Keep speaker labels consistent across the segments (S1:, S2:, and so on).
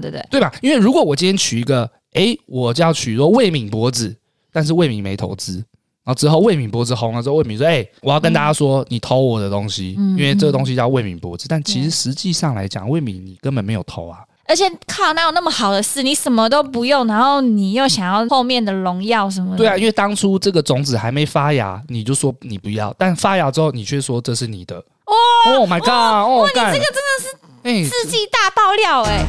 S1: 对不对？
S2: 对吧？因为如果我今天取一个，诶，我就要取说魏敏博子，但是魏敏没投资，然后之后魏敏博子红了之后，魏敏说：“诶，我要跟大家说，你偷我的东西，
S1: 嗯
S2: 因为这个东西叫魏敏博子。”但其实实际上来讲，魏敏你根本没有偷啊。
S1: 而且靠，哪有那么好的事？你什么都不用，然后你又想要后面的荣耀什么的？
S2: 对啊，因为当初这个种子还没发芽，你就说你不要，但发芽之后，你却说这是你的。哦，Oh my god！哦，干，这个真的是，哎，
S1: 世纪大爆料哎、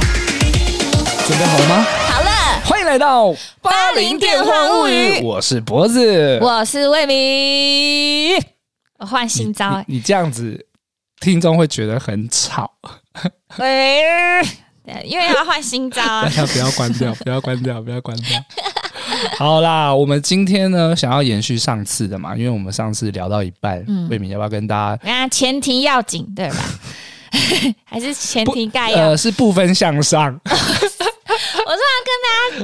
S2: 准备好了吗？
S1: 好了，
S2: 欢迎来到
S1: 八零电话物语
S2: 我是脖子，
S1: 我是魏明，我换新招哎、
S2: 你你这样子，听众会觉得很吵，
S1: 喂，对，因为要换新招啊
S2: 大。家不 要关掉，不要关掉，不要关掉。好啦，我们今天呢，想要延续上次的嘛，因为我们上次聊到一半，
S1: 嗯
S2: 魏敏要不要跟大家？
S1: 那前提要紧，对吧？ 还是前提概要？
S2: 呃，是不分向上。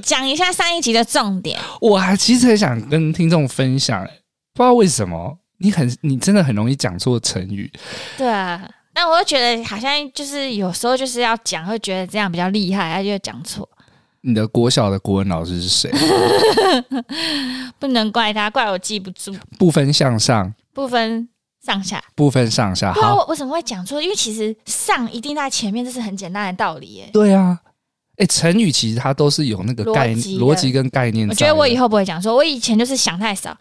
S1: 讲一下上一集的重点。
S2: 我还其实很想跟听众分享，欸不知道为什么你很你真的很容易讲错成语，
S1: 对啊，但我又觉得好像就是有时候就是要讲，会觉得这样比较厉害，他就讲错，
S2: 你的国小的国文老师是谁？
S1: 不能怪他，怪我记不住，
S2: 不分向上，
S1: 不分上下。
S2: 不分上下。
S1: 不知道
S2: 啊好，
S1: 我为什么会讲错，因为其实上一定在前面，这是很简单的道理耶。
S2: 对啊，哎、成语其实它都是有那个概
S1: 逻辑的
S2: 逻辑跟概念在
S1: 我
S2: 的。
S1: 觉得我以后不会讲错，我以前就是想太少。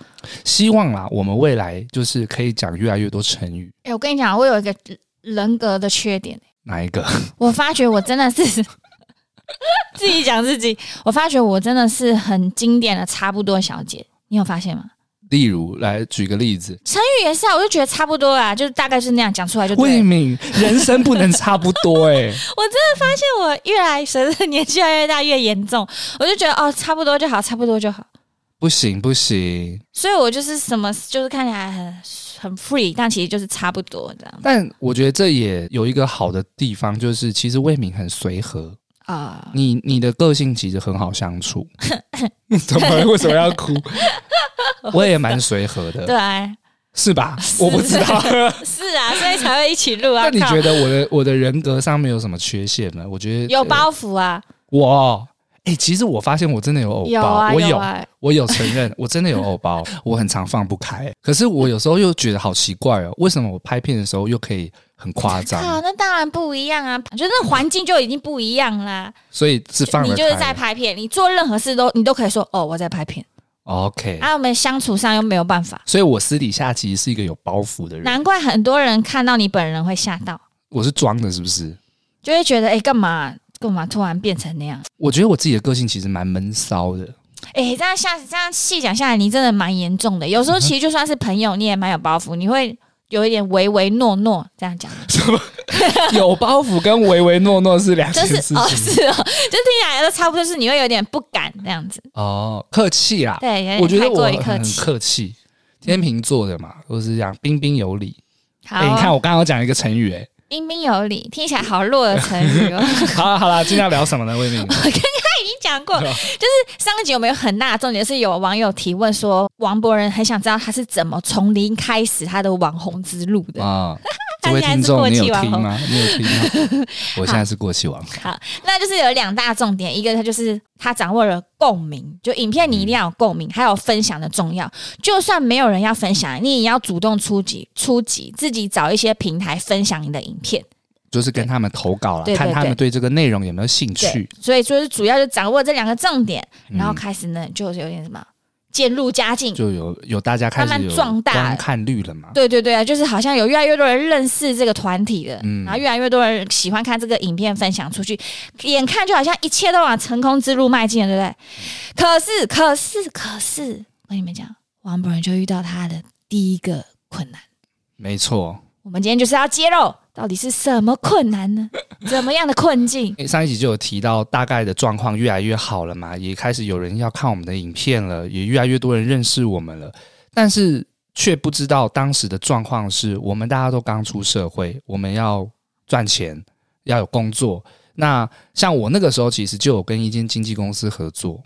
S2: 希望啦，我们未来就是可以讲越来越多成语。
S1: 哎、我跟你讲，我有一个人格的缺点，
S2: 哪一个？
S1: 我发觉我真的是 自己讲自己，我发觉我真的是很经典的差不多小姐，你有发现吗？
S2: 例如，来举个例子，
S1: 成语也是啊，我就觉得差不多啦，就是大概就是那样讲出来就对
S2: 魏
S1: 了。
S2: 敏，人生不能差不多
S1: 我
S2: 哎、
S1: 真的发现我越来随着年纪越来越大越严重，我就觉得哦，差不多就好，差不多就好。
S2: 不行不行。
S1: 所以我就是什么就是看起来很很 free，但其实就是差不多这样
S2: 但我觉得这也有一个好的地方，就是其实魏敏很随和，
S1: 啊。
S2: 你你的个性其实很好相 处，怎么为什么要哭？我也蛮随和的，
S1: 对啊，
S2: 是吧？
S1: 是
S2: 我不知道。
S1: 是啊，所以才会一起录啊。
S2: 那你
S1: 靠
S2: 觉得我的我的人格上面有什么缺陷呢？我觉得
S1: 有
S2: 呃
S1: 包袱啊？
S2: 我哎、其实我发现我真的有偶包，
S1: 有啊，
S2: 我
S1: 有啊。
S2: 我有承认， 我真的有偶包，我很常放不开。可是我有时候又觉得好奇怪哦，为什么我拍片的时候又可以很夸
S1: 靠，
S2: 张？
S1: 那当然不一样啊，就那环境就已经不一样啦。
S2: 所以是放
S1: 你
S2: 得
S1: 就是在
S2: 开。
S1: 拍片，你做任何事都你都可以说哦，我在拍片。
S2: OK，、
S1: 啊，我们相处上又没有办法，
S2: 所以我私底下其实是一个有包袱的人，
S1: 难怪很多人看到你本人会吓到，
S2: 我是装的，是不是？
S1: 就会觉得哎，诶干、嘛干嘛突然变成那样？
S2: 我觉得我自己的个性其实蛮闷骚的，
S1: 哎、这样下这样细讲下来，你真的蛮严重的。有
S2: 嗯
S1: 时候其实就算是朋友，你也蛮有包袱，你会有一点唯唯诺诺这 样讲，
S2: 有包袱跟唯唯诺诺是两
S1: 就
S2: 件
S1: 是
S2: 事情。
S1: 哦是哦，就听起来都差不多，是你会有点不敢这样子。
S2: 哦，客气啦，
S1: 对，有
S2: 我觉
S1: 点
S2: 得
S1: 太
S2: 我
S1: 过于
S2: 很
S1: 客
S2: 很
S1: 气。
S2: 客气。天秤座的嘛，我是讲彬彬有礼。
S1: 好，
S2: 哎、你看我刚刚有讲一个成语、哎，
S1: 彬彬有礼，听起来好弱的成语 哦。
S2: 好了好了，今天要聊什么呢？魏明，
S1: 已经讲
S2: 哦
S1: 过，就是上一集我们有很大的重点是有网友提问说，王博仁很想知道他是怎么从零开始他的网红之路的。
S2: 啊，
S1: 他
S2: 这位
S1: 现在
S2: 听
S1: 是过
S2: 众，你有
S1: 气哦网
S2: 听
S1: 红
S2: 吗？你有听吗？ 我现在是过气王，
S1: 好，那就是有两大重点，一个他就是他掌握了共鸣，就影片你一定要有共鸣，还有分享的重要。就算没有人要分享，你也要主动出击，出击自己找一些平台分享你的影片。
S2: 就是跟他们投稿了，
S1: 对对
S2: 看他们对这个内容有没有兴
S1: 对
S2: 趣。，
S1: 所以就是主要就掌握这两个重点，
S2: 嗯
S1: 然后开始呢就是有点什么渐入佳境，
S2: 就有有大家开
S1: 慢
S2: 始
S1: 慢
S2: 有
S1: 壮大
S2: 观看率了嘛？
S1: 对对对啊，就是好像有越来越多人认识这个团体了，
S2: 嗯
S1: 然后越来越多人喜欢看这个影片，分享出去，眼看就好像一切都往成功之路迈进了，对不对？可是，可是，可是，我跟你们讲，王博仁就遇到他的第一个困难。
S2: 没错。
S1: 我们今天就是要揭露到底是什么困难 呢？怎么样的困境？
S2: 诶上一集就有提到，大概的状况越来越好了嘛，也开始有人要看我们的影片了，也越来越多人认识我们了，但是却不知道当时的状况是我们大家都刚出社会，我们要赚钱，要有工作。那像我那个时候，其实就有跟一间经纪公司合作，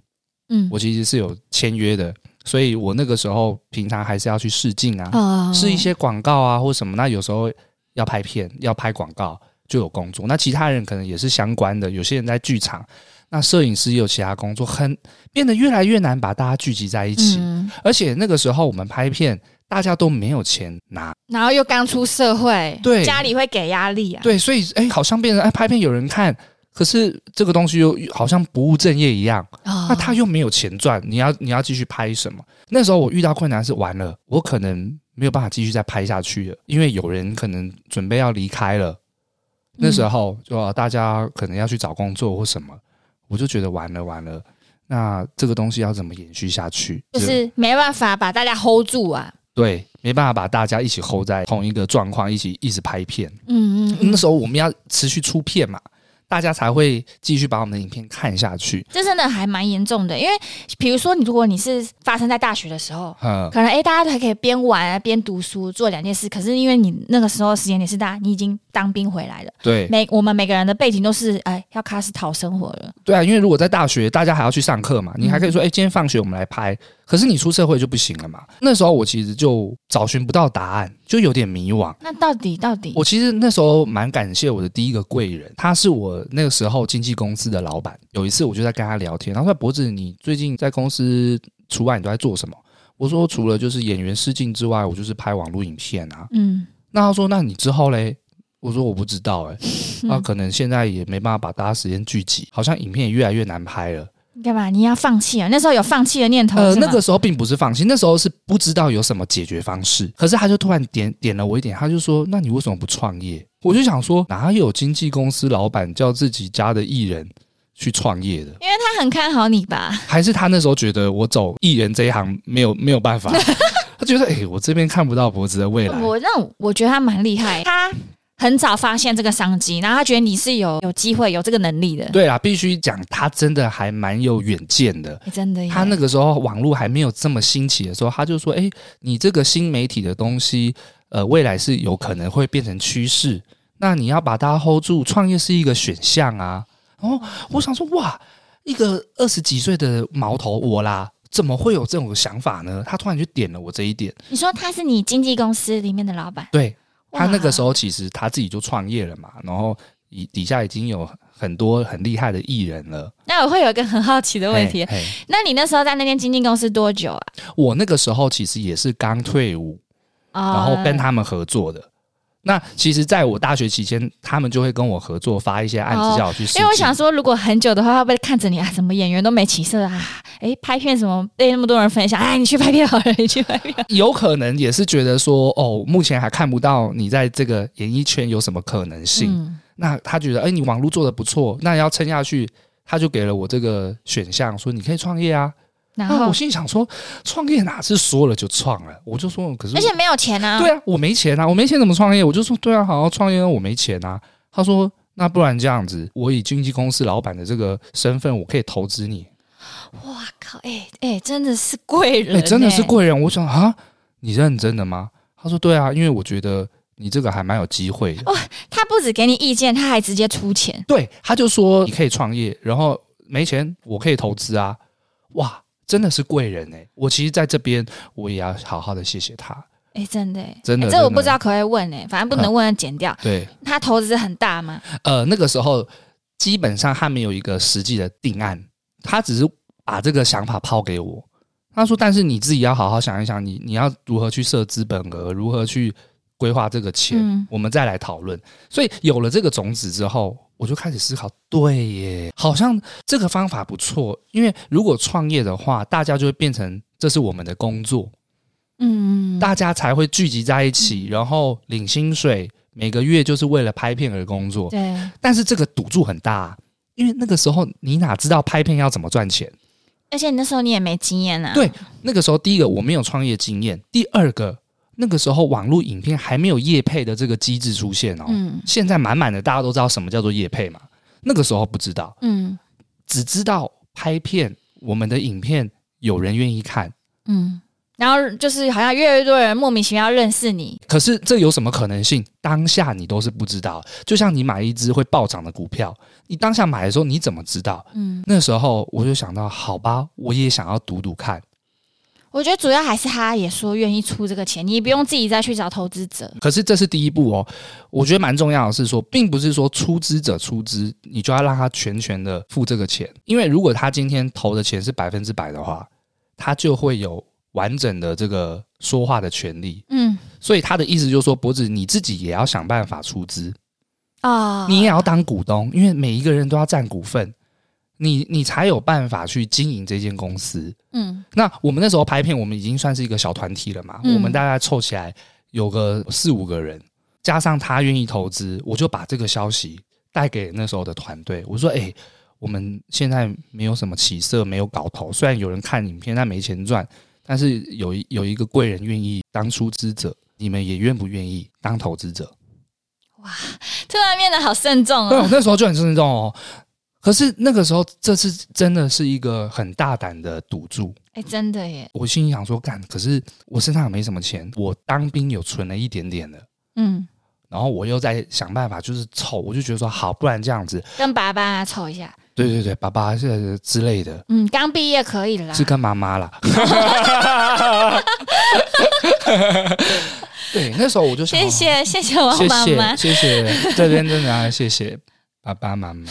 S1: 嗯，
S2: 我其实是有签约的，所以我那个时候平常还是要去试镜啊，
S1: 哦
S2: 试一些广告啊或什么。那有时候要拍片，要拍广告就有工作。那其他人可能也是相关的，有些人在剧场，那摄影师也有其他工作，很变得越来越难把大家聚集在一起。
S1: 嗯，
S2: 而且那个时候我们拍片，大家都没有钱拿，
S1: 然后又刚出社会，
S2: 对
S1: 家里会给压力啊，
S2: 对，所以哎，好像变成哎拍片有人看，可是这个东西又又好像不务正业一样。
S1: 哦
S2: 那他又没有钱赚，你要你要继续拍什么？那时候我遇到困难是完了，我可能没有办法继续再拍下去了，因为有人可能准备要离开了。那时候就啊大家可能要去找工作或什么，我就觉得完了完了，那这个东西要怎么延续下去？
S1: 就是没办法把大家 hold 住啊，
S2: 对，没办法把大家一起 hold 在同一个状况，一起一直拍片。
S1: 嗯嗯，
S2: 那
S1: 嗯，
S2: 时候我们要持续出片嘛，大家才会继续把我们的影片看下去。
S1: 这真的还蛮严重的，因为比如说你如果你是发生在大学的时候。
S2: 嗯，
S1: 可能哎、诶大家都还可以边玩啊边读书，做两件事。可是因为你那个时候时间点是大，你已经当兵回来了，
S2: 对
S1: 每我们每个人的背景都是哎、要开始讨生活了。
S2: 对啊，因为如果在大学，大家还要去上课嘛，你还可以说，哎、今天放学我们来拍。可是你出社会就不行了嘛。那时候我其实就找寻不到答案，就有点迷惘。
S1: 那到底到底
S2: 我其实那时候蛮感谢我的第一个贵人，他是我那个时候经纪公司的老板。有一次我就在跟他聊天，他说：“脖子，你最近在公司除外，你都在做什么？”我说：“除了就是演员试镜之外，我就是拍网络影片啊。”
S1: 嗯
S2: 那他说：“那你之后嘞？”我说：“我不知道哎、那、
S1: 嗯
S2: 可能现在也没办法把大家时间聚集，好像影片也越来越难拍了。
S1: 你干嘛？你要放弃啊？那时候有放弃的念头
S2: 呃，
S1: 是吗
S2: 那个时候并不是放弃，那时候是不知道有什么解决方式。可是他就突然点点了我一点，他就说：‘那你为什么不创业？’我就想说，哪有经纪公司老板叫自己家的艺人去创业的？
S1: 因为他很看好你吧？
S2: 还是他那时候觉得我走艺人这一行没有没有 办法，他觉得哎、我这边看不到脖子的未来。
S1: 我那我我觉得他蛮厉害，他很早发现这个商机，然后他觉得你是有有机会、有这个能力的。
S2: 对啦，必须讲他真的还蛮有远见的。”
S1: 诶真的耶，
S2: 他那个时候网络还没有这么兴起的时候，他就说：“哎、你这个新媒体的东西，呃，未来是有可能会变成趋势。那你要把大家 hold 住，创业是一个选项啊。”然后我想说：“哇，一个二十几岁的毛头我啦，怎么会有这种想法呢？”他突然就点了我这一点。
S1: 你说他是你经纪公司里面的老板，
S2: 对他那个时
S1: 候
S2: 候其实他自己就创业了嘛，然后以底下已经有很多很厉害的艺人了。
S1: 那我会有一个很好奇的问题，
S2: 嘿嘿
S1: 那你那时候在那间经纪公司多久啊？
S2: 我那个时候其实也是刚退伍，
S1: 哦
S2: 然后跟他们合作的。那其实，在我大学期间，他们就会跟我合作发一些案
S1: 哦
S2: 子叫我去试、
S1: 因为我想，说，如果很久的话，会不会看着你啊？怎么演员都没起色啊？诶，拍片什么被那么多人分享？哎，你去拍片好了，你去拍片。
S2: 有可能也是觉得说，哦，目前还看不到你在这个演艺圈有什么可能性。
S1: 嗯
S2: 那他觉得，哎，你网络做的不错，那要撑下去，他就给了我这个选项，说你可以创业啊。
S1: 然
S2: 那
S1: 后
S2: 我，心里想说，创业哪是说了就创了？我就说，可是
S1: 而且没有钱啊。
S2: 对啊，我没钱啊，我没钱怎么创业？我就说对啊，好好创业，我没钱啊。他说那不然这样子，我以经纪公司老板的这个身份，我可以投资你。
S1: 哇靠！哎、哎、真的是贵
S2: 哎、
S1: 人、
S2: 真的是。贵人。我想啊，你认真的吗？他说对啊，因为我觉得你这个还蛮有机会的。
S1: 他不止给你意见，他还直接出钱。
S2: 对，他就说你可以创业，然后没钱我可以投资啊。哇，真的是贵人哎、我其实在这边我也要好好的谢谢他。
S1: 哎、真的、欸，
S2: 真的
S1: 欸这
S2: 真的
S1: 我不知道可不可以问哎、反正不能问，剪掉。
S2: 对，
S1: 他投资很大吗？
S2: 呃，那个时候基本上他没有一个实际的定案，他只是把这个想法抛给我。他说：“但是你自己要好好想一想你，你要如何去设资本额，如何去规划这个钱，
S1: 嗯
S2: 我们再来讨论。”所以有了这个种子之后，我就开始思考，对耶，好像这个方法不错。因为如果创业的话，大家就会变成这是我们的工作，
S1: 嗯，
S2: 大家才会聚集在一起，然后领薪水，每个月就是为了拍片而工作。
S1: 对，
S2: 但是这个赌注很大、因为那个时候你哪知道拍片要怎么赚钱？
S1: 而且你那时候你也没经验啊。
S2: 对那个时候，第一个我没有创业经验，第二个那个时候网络影片还没有业配的这个机制出现哦。
S1: 嗯
S2: 现在满满的大家都知道什么叫做业配嘛，那个时候不知道，
S1: 嗯
S2: 只知道拍片，我们的影片有人愿意看。
S1: 嗯，然后就是好像越来越多人莫名其妙认识你，
S2: 可是这有什么可能性？当下你都是不知道，就像你买一只会暴涨的股票，你当下买的时候你怎么知道？
S1: 嗯，
S2: 那时候我就想到，好吧，我也想要赌赌看。
S1: 我觉得主要还是他也说愿意出这个钱，你不用自己再去找投资者。
S2: 可是这是第一步哦，我觉得蛮重要的是说，并不是说出资者出资，你就要让他全权的付这个钱，因为如果他今天投的钱是百分之百的话，他就会有完整的这个说话的权利。
S1: 嗯
S2: 所以他的意思就是说，脖子你自己也要想办法出资，
S1: 啊，
S2: 你也要当股东，因为每一个人都要占股份，你你才有办法去经营这间公司。
S1: 嗯
S2: 那我们那时候拍片，我们已经算是一个小团体了嘛，
S1: 嗯
S2: 我们大概凑起来有个四五个人，加上他愿意投资，我就把这个消息带给那时候的团队，我说：“哎、我们现在没有什么起色，没有搞头，虽然有人看影片，但没钱赚，但是有一有一个贵人愿意当出资者，你们也愿不愿意当投资者？”
S1: 突然变得好慎重
S2: 对，
S1: 哦
S2: 我。那时候就很慎重哦。可是那个时候，这次真的是一个很大胆的赌注。
S1: 哎、真的耶，
S2: 我心里想说，干，可是我身上也没什么钱，我当兵有存了一点点的，
S1: 嗯，
S2: 然后我又在想办法，就是凑，我就觉得说好，不然这样子，
S1: 跟爸爸凑一下，
S2: 对对对，爸爸是之类的，
S1: 嗯，刚毕业可以了啦
S2: 是。跟妈妈啦。 对，那时候我就想，
S1: 谢谢谢谢王
S2: 谢
S1: 妈妈
S2: 谢，。谢谢，这边真的要谢谢爸爸妈妈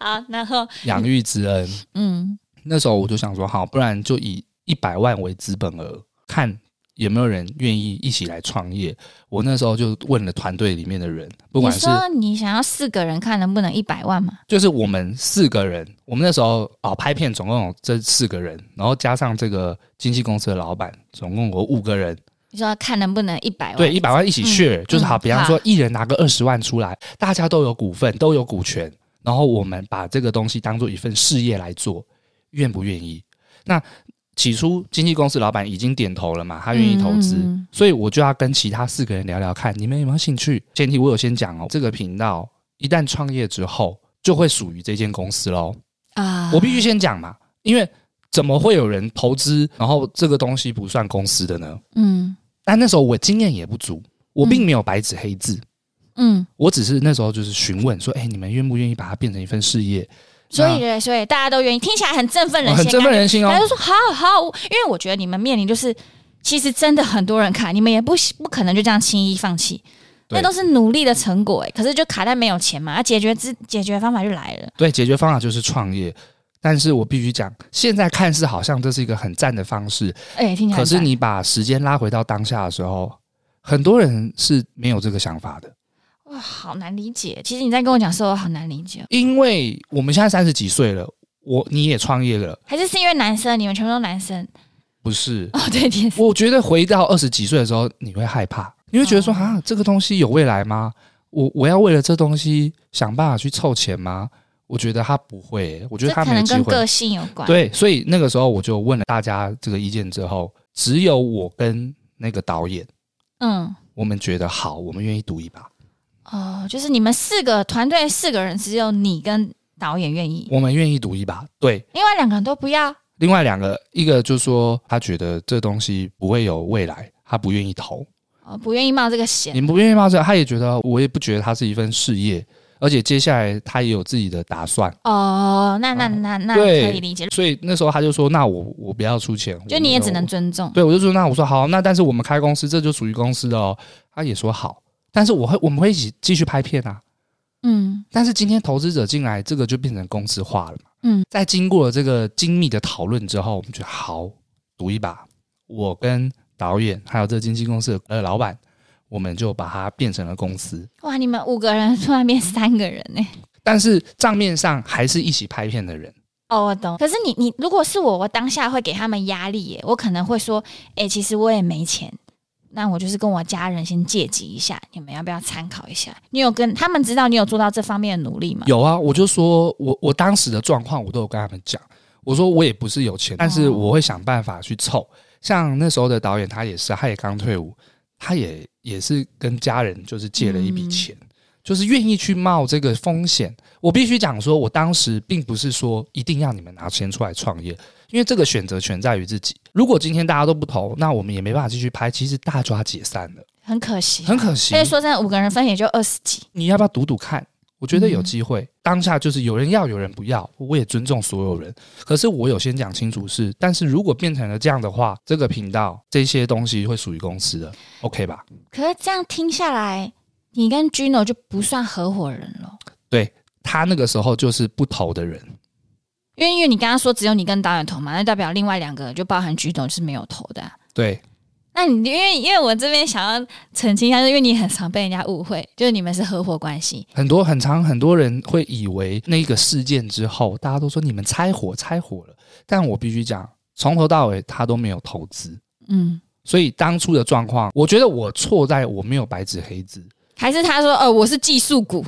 S1: 好，然后
S2: 养育之恩。
S1: 嗯
S2: 那时候我就想说，好，不然就以一百万为资本额，看有没有人愿意一起来创业。我那时候就问了团队里面的人，不管
S1: 你
S2: 是
S1: 说你想要四个人看能不能一百万嘛？
S2: 就是我们四个人，我们那时候哦拍片总共有这四个人，然后加上这个经纪公司的老板，总共有五个人，
S1: 你说看能不能一百万？
S2: 对，一百万一起
S1: 嗯
S2: share，、就是好，
S1: 嗯
S2: 比方说一人拿个二十万出来，大家都有股份，都有股权，然后我们把这个东西当做一份事业来做，愿不愿意？那起初经纪公司老板已经点头了嘛，他愿意投资，
S1: 嗯嗯嗯
S2: 所以我就要跟其他四个人聊聊看，你们有没有兴趣？前提我有先讲哦，这个频道一旦创业之后，就会属于这间公司喽。
S1: 啊，
S2: 我必须先讲嘛，因为怎么会有人投资，然后这个东西不算公司的呢？
S1: 嗯
S2: 但那时候我经验也不足，我并没有白纸黑字，
S1: 嗯，
S2: 我只是那时候就是询问说，哎、你们愿不愿意把它变成一份事业？
S1: 所以嘞，所以大家都愿意，听起来很振奋
S2: 那
S1: 人
S2: 我
S1: 心，
S2: 很振奋人心
S1: 大
S2: 嗯哦
S1: 家。就说好好，因为我觉得你们面临就是，其实真的很多人看，你们也不不可能就这样轻易放弃，
S2: 对
S1: 那都是努力的成果哎。可是就卡在没有钱嘛，啊，解决之解决方法就来了。
S2: 对，解决方法就是创业。但是我必须讲，现在看似好像这是一个很赞的方式，
S1: 哎、听起来
S2: 可
S1: 很
S2: 是
S1: 赞
S2: 你把时间拉回到当下的时候，很多人是没有这个想法的，
S1: 哇，好难理解。其实你在跟我讲的时候，我好难理解，哦
S2: 因为我们现在三十几岁了，我你也创业了，
S1: 还是是因为男生，你们全部都男生
S2: 不是？
S1: 哦，对，也是
S2: 我觉得回到二十几岁的时候，你会害怕，你会觉得说
S1: 哦
S2: 啊，这个东西有未来吗？我我要为了这东西想办法去凑钱吗？我觉得他不会、我觉
S1: 这
S2: 得他
S1: 可
S2: 没
S1: 能
S2: 机
S1: 跟
S2: 会
S1: 个。性有关。
S2: 对，所以那个时候我就问了大家这个意见之后，只有我跟那个导演，
S1: 嗯，
S2: 我们觉得好，我们愿意赌一把，
S1: 哦，就是你们四个团队四个人，只有你跟导演愿意，
S2: 我们愿意赌一把。对，
S1: 另外两个人都不要。
S2: 另外两个，一个就说他觉得这东西不会有未来，他不愿意投。
S1: 哦，不愿意冒这个险，
S2: 你不愿意冒这个，他也觉得我也不觉得它是一份事业，而且接下来他也有自己的打算，
S1: 哦，那那那那
S2: 啊对
S1: 可以理解，
S2: 所以那时候他就说：“那我我不要出钱，
S1: 就
S2: 我
S1: 你也只能
S2: 我
S1: 尊重。
S2: 对。”我就说：“那我说好，那但是我们开公司，这就属于公司的哦。”他也说好，但是我会我们会一起继续拍片啊。
S1: 嗯
S2: 但是今天投资者进来，这个就变成公司化了嘛。
S1: 嗯，
S2: 在经过这个精密的讨论之后，我们觉得好赌一把。我跟导演还有这个经纪公司的呃老板，我们就把它变成了公司。
S1: 哇，你们五个人突然变三个人呢、
S2: 但是账面上还是一起拍片的人。
S1: 哦，我懂。可是你你如果是我，我当下会给他们压力耶、我可能会说，哎、其实我也没钱，那我就是跟我家人先借急一下，你们要不要参考一下？你有跟他们知道你有做到这方面的努力吗？
S2: 有啊，我就说我我当时的状况，我都有跟他们讲。我说我也不是有钱，但是我会想办法去凑。像那时候的导演，他也是，他也刚退伍，他也也是跟家人就是借了一笔钱，就是愿意去冒这个风险。我必须讲说，我当时并不是说一定要你们拿钱出来创业，因为这个选择权在于自己。如果今天大家都不投，那我们也没办法继续拍，其实大家就要解散了，
S1: 很可惜，
S2: 很可惜
S1: 所以。说真的，五个人分也就二十几，
S2: 你要不要赌赌看？我觉得有机会，当下就是有人要，有人不要，我也尊重所有人。可是我有先讲清楚是，但是如果变成了这样的话，这个频道这些东西会属于公司的，OK 吧？
S1: 可是这样听下来，你跟 Gino 就不算合伙人了，
S2: 他那个时候就是不投的人，
S1: 因为因为你刚刚说只有你跟导演投嘛，那代表另外两个就包含 Gino 是没有投的啊、
S2: 对，
S1: 那你因为因为我这边想要澄清一下，就是因为你很常被人家误会，就是你们是合伙关系。
S2: 很多很长很多人会以为那个事件之后，大家都说你们拆伙拆伙了，但我必须讲，从头到尾他都没有投资，
S1: 嗯，
S2: 所以当初的状况，我觉得我错在我没有白纸黑字。
S1: 还是他说，呃，我是技术股，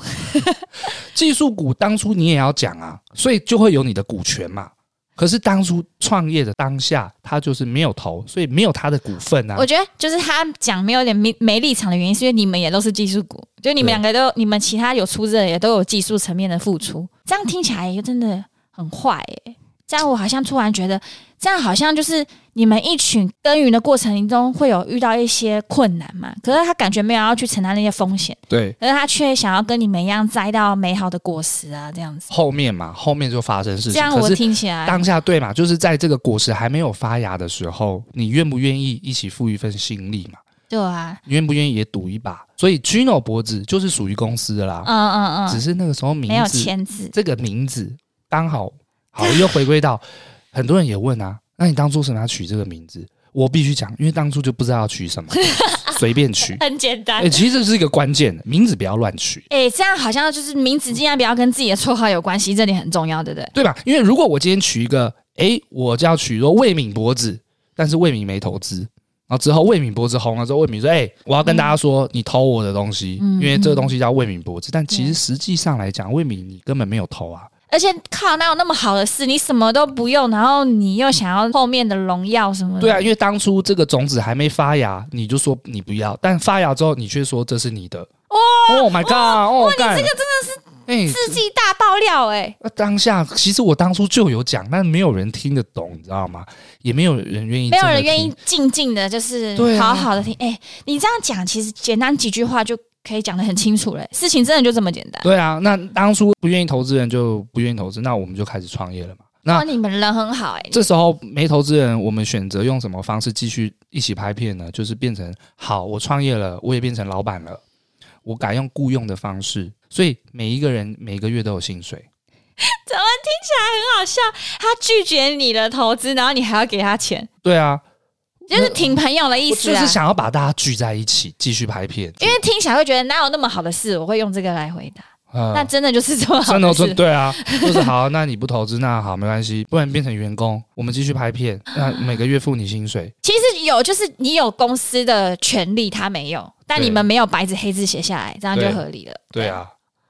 S2: 技术股当初你也要讲啊，所以就会有你的股权嘛。可是当初创业的当下，他就是没有投，所以没有他的股份啊
S1: 我。觉得就是他讲没有点没没立场的原因，是因为你们也都是技术股，就你们
S2: 对
S1: 两个都，你们其他有出资的也都有技术层面的付出，这样听起来也真的很坏诶、这样我好像突然觉得，这样好像就是你们一群耕耘的过程中会有遇到一些困难嘛，可是他感觉没有要去承担那些风险。
S2: 对，
S1: 可是他却想要跟你们一样摘到美好的果实啊，这样子。
S2: 后面嘛，后面就发生事
S1: 这
S2: 情。
S1: 样
S2: 可
S1: 我
S2: 是
S1: 听起来，
S2: 当下对嘛，就是在这个果实还没有发芽的时候，你愿不愿意一起付一份心力嘛？
S1: 对啊，
S2: 你愿不愿意也赌一把？所以 Gino 脖子就是属于公司的啦，
S1: 嗯嗯
S2: 只
S1: 嗯，
S2: 是那个时候名
S1: 没有
S2: 字
S1: 签字，
S2: 这个名字刚好好又回归到很多人也问啊，那你当初为什么要取这个名字？我必须讲，因为当初就不知道要 取什么，随便取。
S1: 很简单
S2: 哎、。其实这是一个关键的，名字不要乱取，
S1: 哎、这样好像就是名字尽量不要跟自己的绰号有关系，这点很重要，对不对？
S2: 对吧？因为如果我今天取一个，哎、我就要取说魏敏脖子，但是魏敏没投资。然后之后，魏敏脖子红了之后，魏敏说：“哎、我要跟大家说，你投我的东西，
S1: 嗯
S2: 因为这个东西叫魏敏脖子。但其实实际上来讲，魏敏你根本没有投啊，
S1: 而且靠，哪有那么好的事？你什么都不用，然后你又想要后面的荣耀什么的？
S2: 对啊，因为当初这个种子还没发芽，你就说你不要，但发芽之后，你却说这是你的。哦、oh my god！哦，干、这个真的是哎、
S1: 世纪大爆料、哎，
S2: 那当下其实我当初就有讲，但没有人听得懂，你知道吗？也没有人愿意，
S1: 没有人愿意。静静的，就是
S2: 对
S1: 好
S2: 啊
S1: 好的听。哎、你这样讲，其实简单几句话就可以讲得很清楚了、哎事情真的就这么简单。
S2: 对啊，那当初不愿意投资人就不愿意投资，那我们就开始创业了嘛。那
S1: 哇，哦你们人很好、哎，
S2: 啊这时候没投资人，我们选择用什么方式继续一起拍片呢？就是变成好，我创业了，我也变成老板了，我改用雇佣的方式，所以每一个人每个月都有薪水。
S1: 很好笑，他拒绝你的投资，然后你还要给他钱，
S2: 对啊，
S1: 就是挺朋友的意
S2: 我
S1: 思
S2: 就
S1: 啊。
S2: 是想要把大家聚在一起继续拍片，
S1: 因为听起来会觉得哪有那么好的事，我会用这个来回答。
S2: 呃
S1: 那真的就是这么好
S2: 真的
S1: 的
S2: 就
S1: 事，
S2: 对啊，就是好， 那你不投资那好没关系，不然变成员工，我们继续拍片，那每个月付你薪水。
S1: 其实有就是你有公司的权利，他没有，但
S2: 对
S1: 你们没有白纸黑字写下来，这样就
S2: 对
S1: 合理了。
S2: 对啊，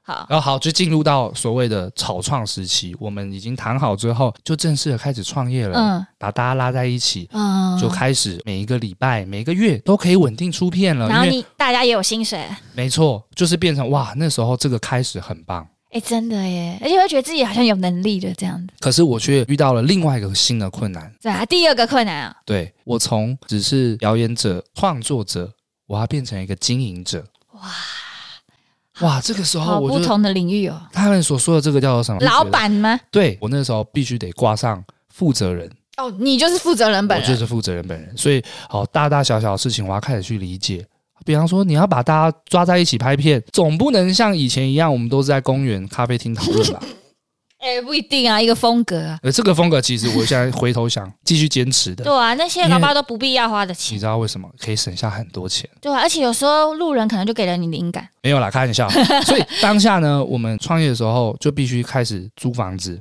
S1: 好，
S2: 然后好，就进入到所谓的草创时期，我们已经谈好之后，就正式的开始创业了。
S1: 嗯
S2: 把大家拉在一起，
S1: 嗯，
S2: 啊就开始每一个礼拜、每一个月都可以稳定出片了。
S1: 然后
S2: 因为
S1: 你大家也有薪水，哎、
S2: 没错，就是变成哇，那时候这个开始很棒。
S1: 哎真的耶，而且会觉得自己好像有能力的这样子。
S2: 可是我却遇到了另外一个新的困难，
S1: 对啊，第二个困难啊，
S2: 对我从只是表演者、创作者，我要变成一个经营者。哇哇，这个时候
S1: 好
S2: 哦我
S1: 不
S2: 就
S1: 同的领域哦，
S2: 他们所说的这个叫做什么？
S1: 老，板吗？
S2: 对我那时候必须得挂上负责人。
S1: 哦，你就是负责人本
S2: 我就
S1: 人，
S2: 是负责人本人，所以好大大小小的事情，我要开始去理解。比方说，你要把大家抓在一起拍片，总不能像以前一样，我们都是在公园咖啡厅讨论 吧？
S1: 哎、不一定啊，一个风格啊。
S2: 而这个风格，其实我现在回头想继续坚持的
S1: 对。啊，那些
S2: 因为
S1: 搞不好都不必要花的
S2: 你
S1: 钱。
S2: 知道为什么可以省下很多钱？
S1: 对啊，而且有时候路人可能就给了你灵感。
S2: 没有啦，开 玩笑。所以当下呢，我们创业的时候就必须开始租房子、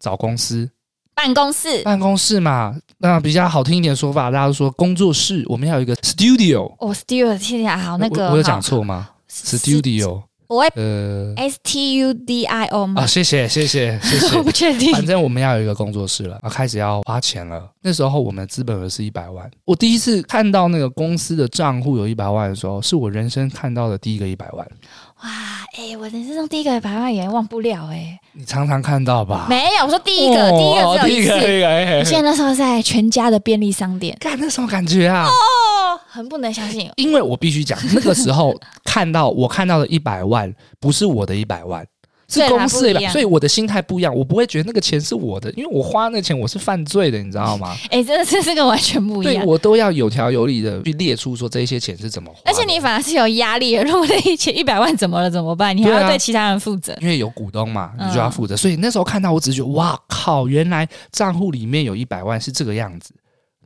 S2: 找公司、
S1: 办公室，
S2: 办公室嘛。那比较好听一点的说法，大家都说工作室，我们要有一个 studio。
S1: 哦，studio 听起来好那个
S2: 我
S1: 哈，
S2: 我有讲错吗
S1: 是
S2: ？studio，
S1: 我会
S2: 呃，
S1: S T U D I O
S2: 啊，
S1: 吗？
S2: 谢谢谢谢谢
S1: 我不
S2: 谢。
S1: 确定。
S2: 反正我们要有一个工作室了，啊，开始要花钱了。那时候我们的资本额是一百万。我第一次看到那个公司的账户有一百万的时候，是我人生看到的第一个一百万。
S1: 哇，哎，我人生中第一个百万元忘不了哎，
S2: 你常常看到吧？
S1: 没有，我说第一个，第一
S2: 啊哦
S1: 个只有一
S2: 第一个，
S1: 次。
S2: 第一个哎
S1: 我记得那时候在全家的便利商 店，
S2: 干那什么感觉啊？
S1: 哦，很不能相信。
S2: 因为我必须讲，那个时候看到我看到的一百万不是我的一百万，是
S1: 对啦
S2: 公司的
S1: 不一
S2: 吧，
S1: 样
S2: 所以我的心态不一样，我不会觉得那个钱是我的，因为我花那钱我是犯罪的，你知道吗？
S1: 哎、真的是这个完全不一
S2: 对
S1: 样。
S2: 我都要有条有理的去列出说这些钱是怎么花的，
S1: 而且你反而是有压力的，如果那一千一百万怎么了怎么办？你还
S2: 对
S1: 要
S2: 啊
S1: 对其他人负责。
S2: 因为有股东嘛，
S1: 嗯
S2: 你就要负责。所以那时候看到，我只是觉得哇靠，原来账户里面有一百万是这个样子。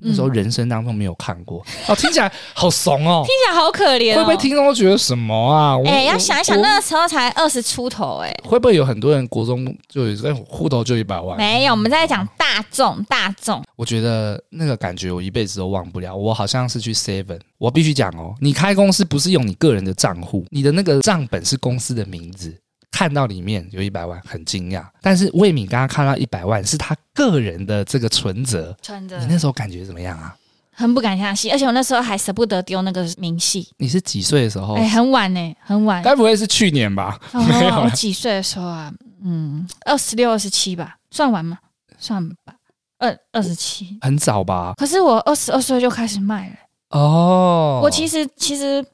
S2: 那
S1: 嗯
S2: 时候人生当中没有看过、哦，听起来好怂 哦。
S1: 听起来好可怜、哦，
S2: 会不会听众觉得什么啊？我
S1: 哎、要想一想，
S2: 我
S1: 那个时候才二十出头、哎，
S2: 会不会有很多人国中就有哎户头就一百万？
S1: 没有，我们在讲大众，大众，
S2: 我觉得那个感觉我一辈子都忘不了。我好像是去 Seven，我必须讲哦，你开公司不是用你个人的账户，你的那个账本是公司的名字。看到里面有一百万，很惊讶。但是魏敏刚刚看到一百万是他个人的这个存折，
S1: 穿着
S2: 你那时候感觉怎么样啊？
S1: 很不敢相信，而且我那时候还舍不得丢那个明细，
S2: 你哦是几岁的时候
S1: 哎、？很晚呢、很晚，
S2: 该不会是去年吧？
S1: 哦
S2: 没有
S1: 我
S2: 了
S1: 几岁的时候啊，嗯，二十六、二十七吧，算完吗？算吧，二二十七。
S2: 很早吧？
S1: 可是我二十二岁就开始卖了，
S2: 哦，
S1: 我其实其实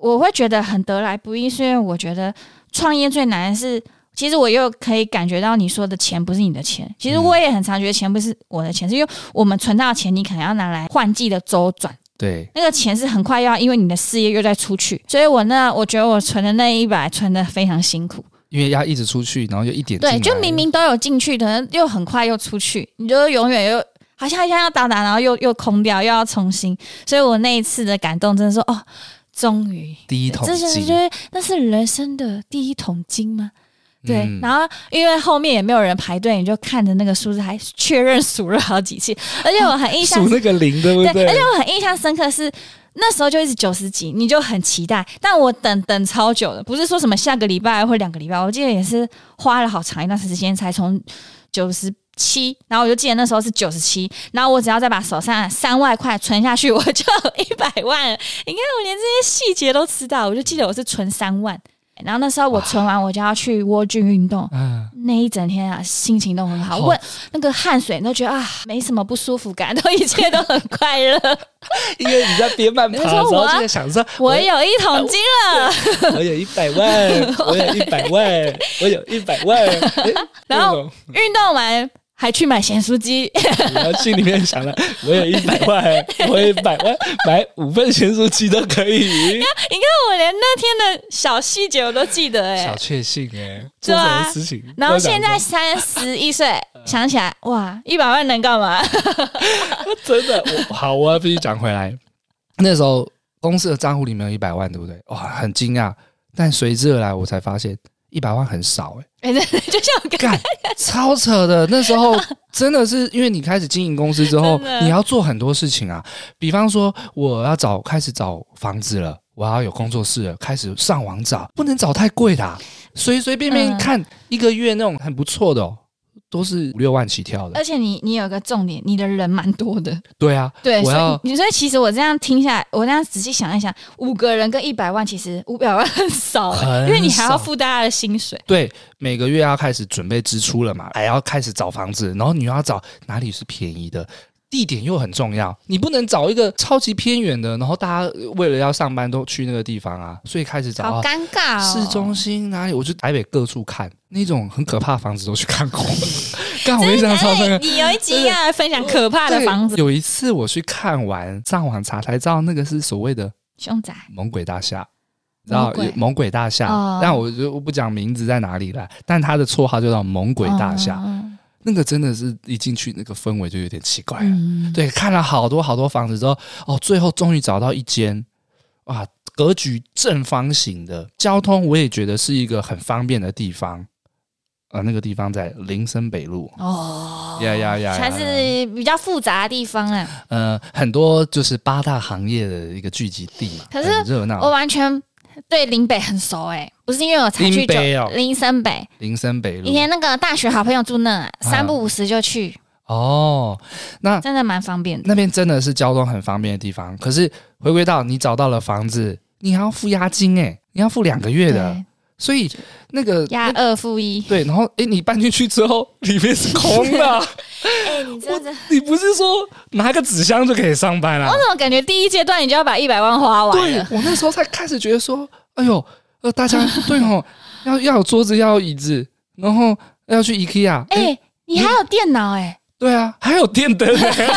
S1: 我会觉得很得来不易，是因为我觉得创业最难的是，其实我又可以感觉到你说的钱不是你的钱，其实
S2: 嗯
S1: 我也很常觉得钱不是我的钱，是因为我们存到的钱，你可能要拿来换季的周转，
S2: 对，
S1: 那个钱是很快要因为你的事业又在出去，所以我那我觉得我存的那一百存的非常辛苦，
S2: 因为要一直出去，然后又一点进
S1: 对，
S2: 来
S1: 就明明都有进去，可能又很快又出去，你就永远又好像像要打打，然后又又空掉，又要重新，所以我那一次的感动真的说哦。终于，
S2: 第一桶
S1: 这就是
S2: 金
S1: 觉，得那是人生的第一桶金吗？对，
S2: 嗯
S1: 然后因为后面也没有人排队，你就看着那个数字，还确认数了好几次，而且我很印象
S2: 数那个零，对不
S1: 对，而且我很印象深刻是那时候就一直九十几，你就很期待，但我等等超久了，不是说什么下个礼拜或两个礼拜，我记得也是花了好长一段时间才从九十。七，然后我就记得那时候是九十七，然后我只要再把手上的三万块存下去，我就有一百万了。你看我连这些细节都知道，我就记得我是存三万，然后那时候我存完我就要去蜗居运动，
S2: 啊，
S1: 那一整天啊，心情都很好，
S2: 好
S1: 问那个汗水都觉得啊，没什么不舒服感， 都一切都很快 乐。
S2: 因为你在边慢跑的时
S1: 你说我
S2: 候
S1: 啊
S2: 就在想说，
S1: 我有一桶金了，
S2: 我有一 百万，我有一百万，我有一百万，诶
S1: 然后运动完还去买咸酥鸡，
S2: 那种然后心里面想了，我有一百万，我有一百万，买五份咸酥鸡都可以，
S1: 你看我连那天的小细节我都记得哎、
S2: 小确幸哎，
S1: 对
S2: 做什
S1: 啊
S2: 么事情？
S1: 然后
S2: 都想嗯
S1: 现在三十一 岁，想起来哇，一百万能干嘛？
S2: 说啊真的，我好，我要必须讲回来，那时候公司的账户里面有一百万，对不对？哇，很惊讶，但随之而来，我才发现一百万很少哎。
S1: 哎、真的 就像我 刚
S2: 干，超扯的！那时候真的是因为你开始经营公司之后
S1: 真的，
S2: 你要做很多事情啊，比方说我要找开始找房子了，我要有工作室了，开始上网找，不能找太贵的、啊，随随便便
S1: 嗯
S2: 看一个月那种很不错的、哦，都是五六万起跳的。
S1: 而且你你有个重点，你的人蛮多的，
S2: 对啊，
S1: 对，
S2: 我
S1: 所
S2: 要
S1: 以你所以其实我这样听下来，我这样仔细想一想，五个人跟一百万其实五百万很少、欸，
S2: 很
S1: 因为你还要
S2: 少
S1: 付大家的薪水。
S2: 对，每个月要开始准备支出了嘛，还要开始找房子，然后你又要找哪里是便宜的。地点又很重要，你不能找一个超级偏远的，然后大家呃为了要上班都去那个地方啊，所以开始找
S1: 好
S2: 啊
S1: 尴尬哦！
S2: 市中心哪里，我去台北各处看，那种很可怕的房子都去 看过。刚哦我印象超深刻，
S1: 哎你有一集要来分享可怕哎的房子，
S2: 对有一次我去看完，上网查才知道那个是所谓的
S1: 凶宅。
S2: 猛鬼大厦，然后
S1: 猛鬼
S2: 猛鬼大厦，
S1: 哦
S2: 但我就不讲名字在哪里了，但它的绰号就叫猛鬼大厦。
S1: 嗯
S2: 那个真的是一进去，那个氛围就有点奇怪了。
S1: 嗯，
S2: 对，看了好多好多房子之后，哦，最后终于找到一间，哇，格局正方形的，交通我也觉得是一个很方便的地方。呃，那个地方在林森北路，
S1: 哦，
S2: 呀呀哎呀，
S1: 才是比较复杂的地方啊。
S2: 呃，很多就是八大行业的一个聚集地嘛，
S1: 可是哦
S2: 很热
S1: 我
S2: 闹。
S1: 完全对林北很熟哎，不是因为我才去
S2: 林北
S1: 九
S2: 哦
S1: 林森北，
S2: 林森北路
S1: 以前那个大学好朋友住那啊，三不五时就去，
S2: 哦，那
S1: 真的蛮方便的。
S2: 那边真的是交通很方便的地方。可是回归到你找到了房子，你还要付押金哎、你要付两个月的，所以那个
S1: 对，押二付一。
S2: 对，然后诶，你搬进去之后，里面是空的 啊、
S1: 哎，你真的，我
S2: 你不是说拿个纸箱就可以上班啦、
S1: 怎么感觉第一阶段你就要把一百万花完
S2: 对
S1: 了？
S2: 我那时候才开始觉得说，哎呦，呃，大家对哦， 要要有桌子，要有椅子，然后要去 IKEA，
S1: 哎、
S2: 哎、
S1: 你还有电脑哎、
S2: 对啊，还有电 灯、欸，
S1: 欸，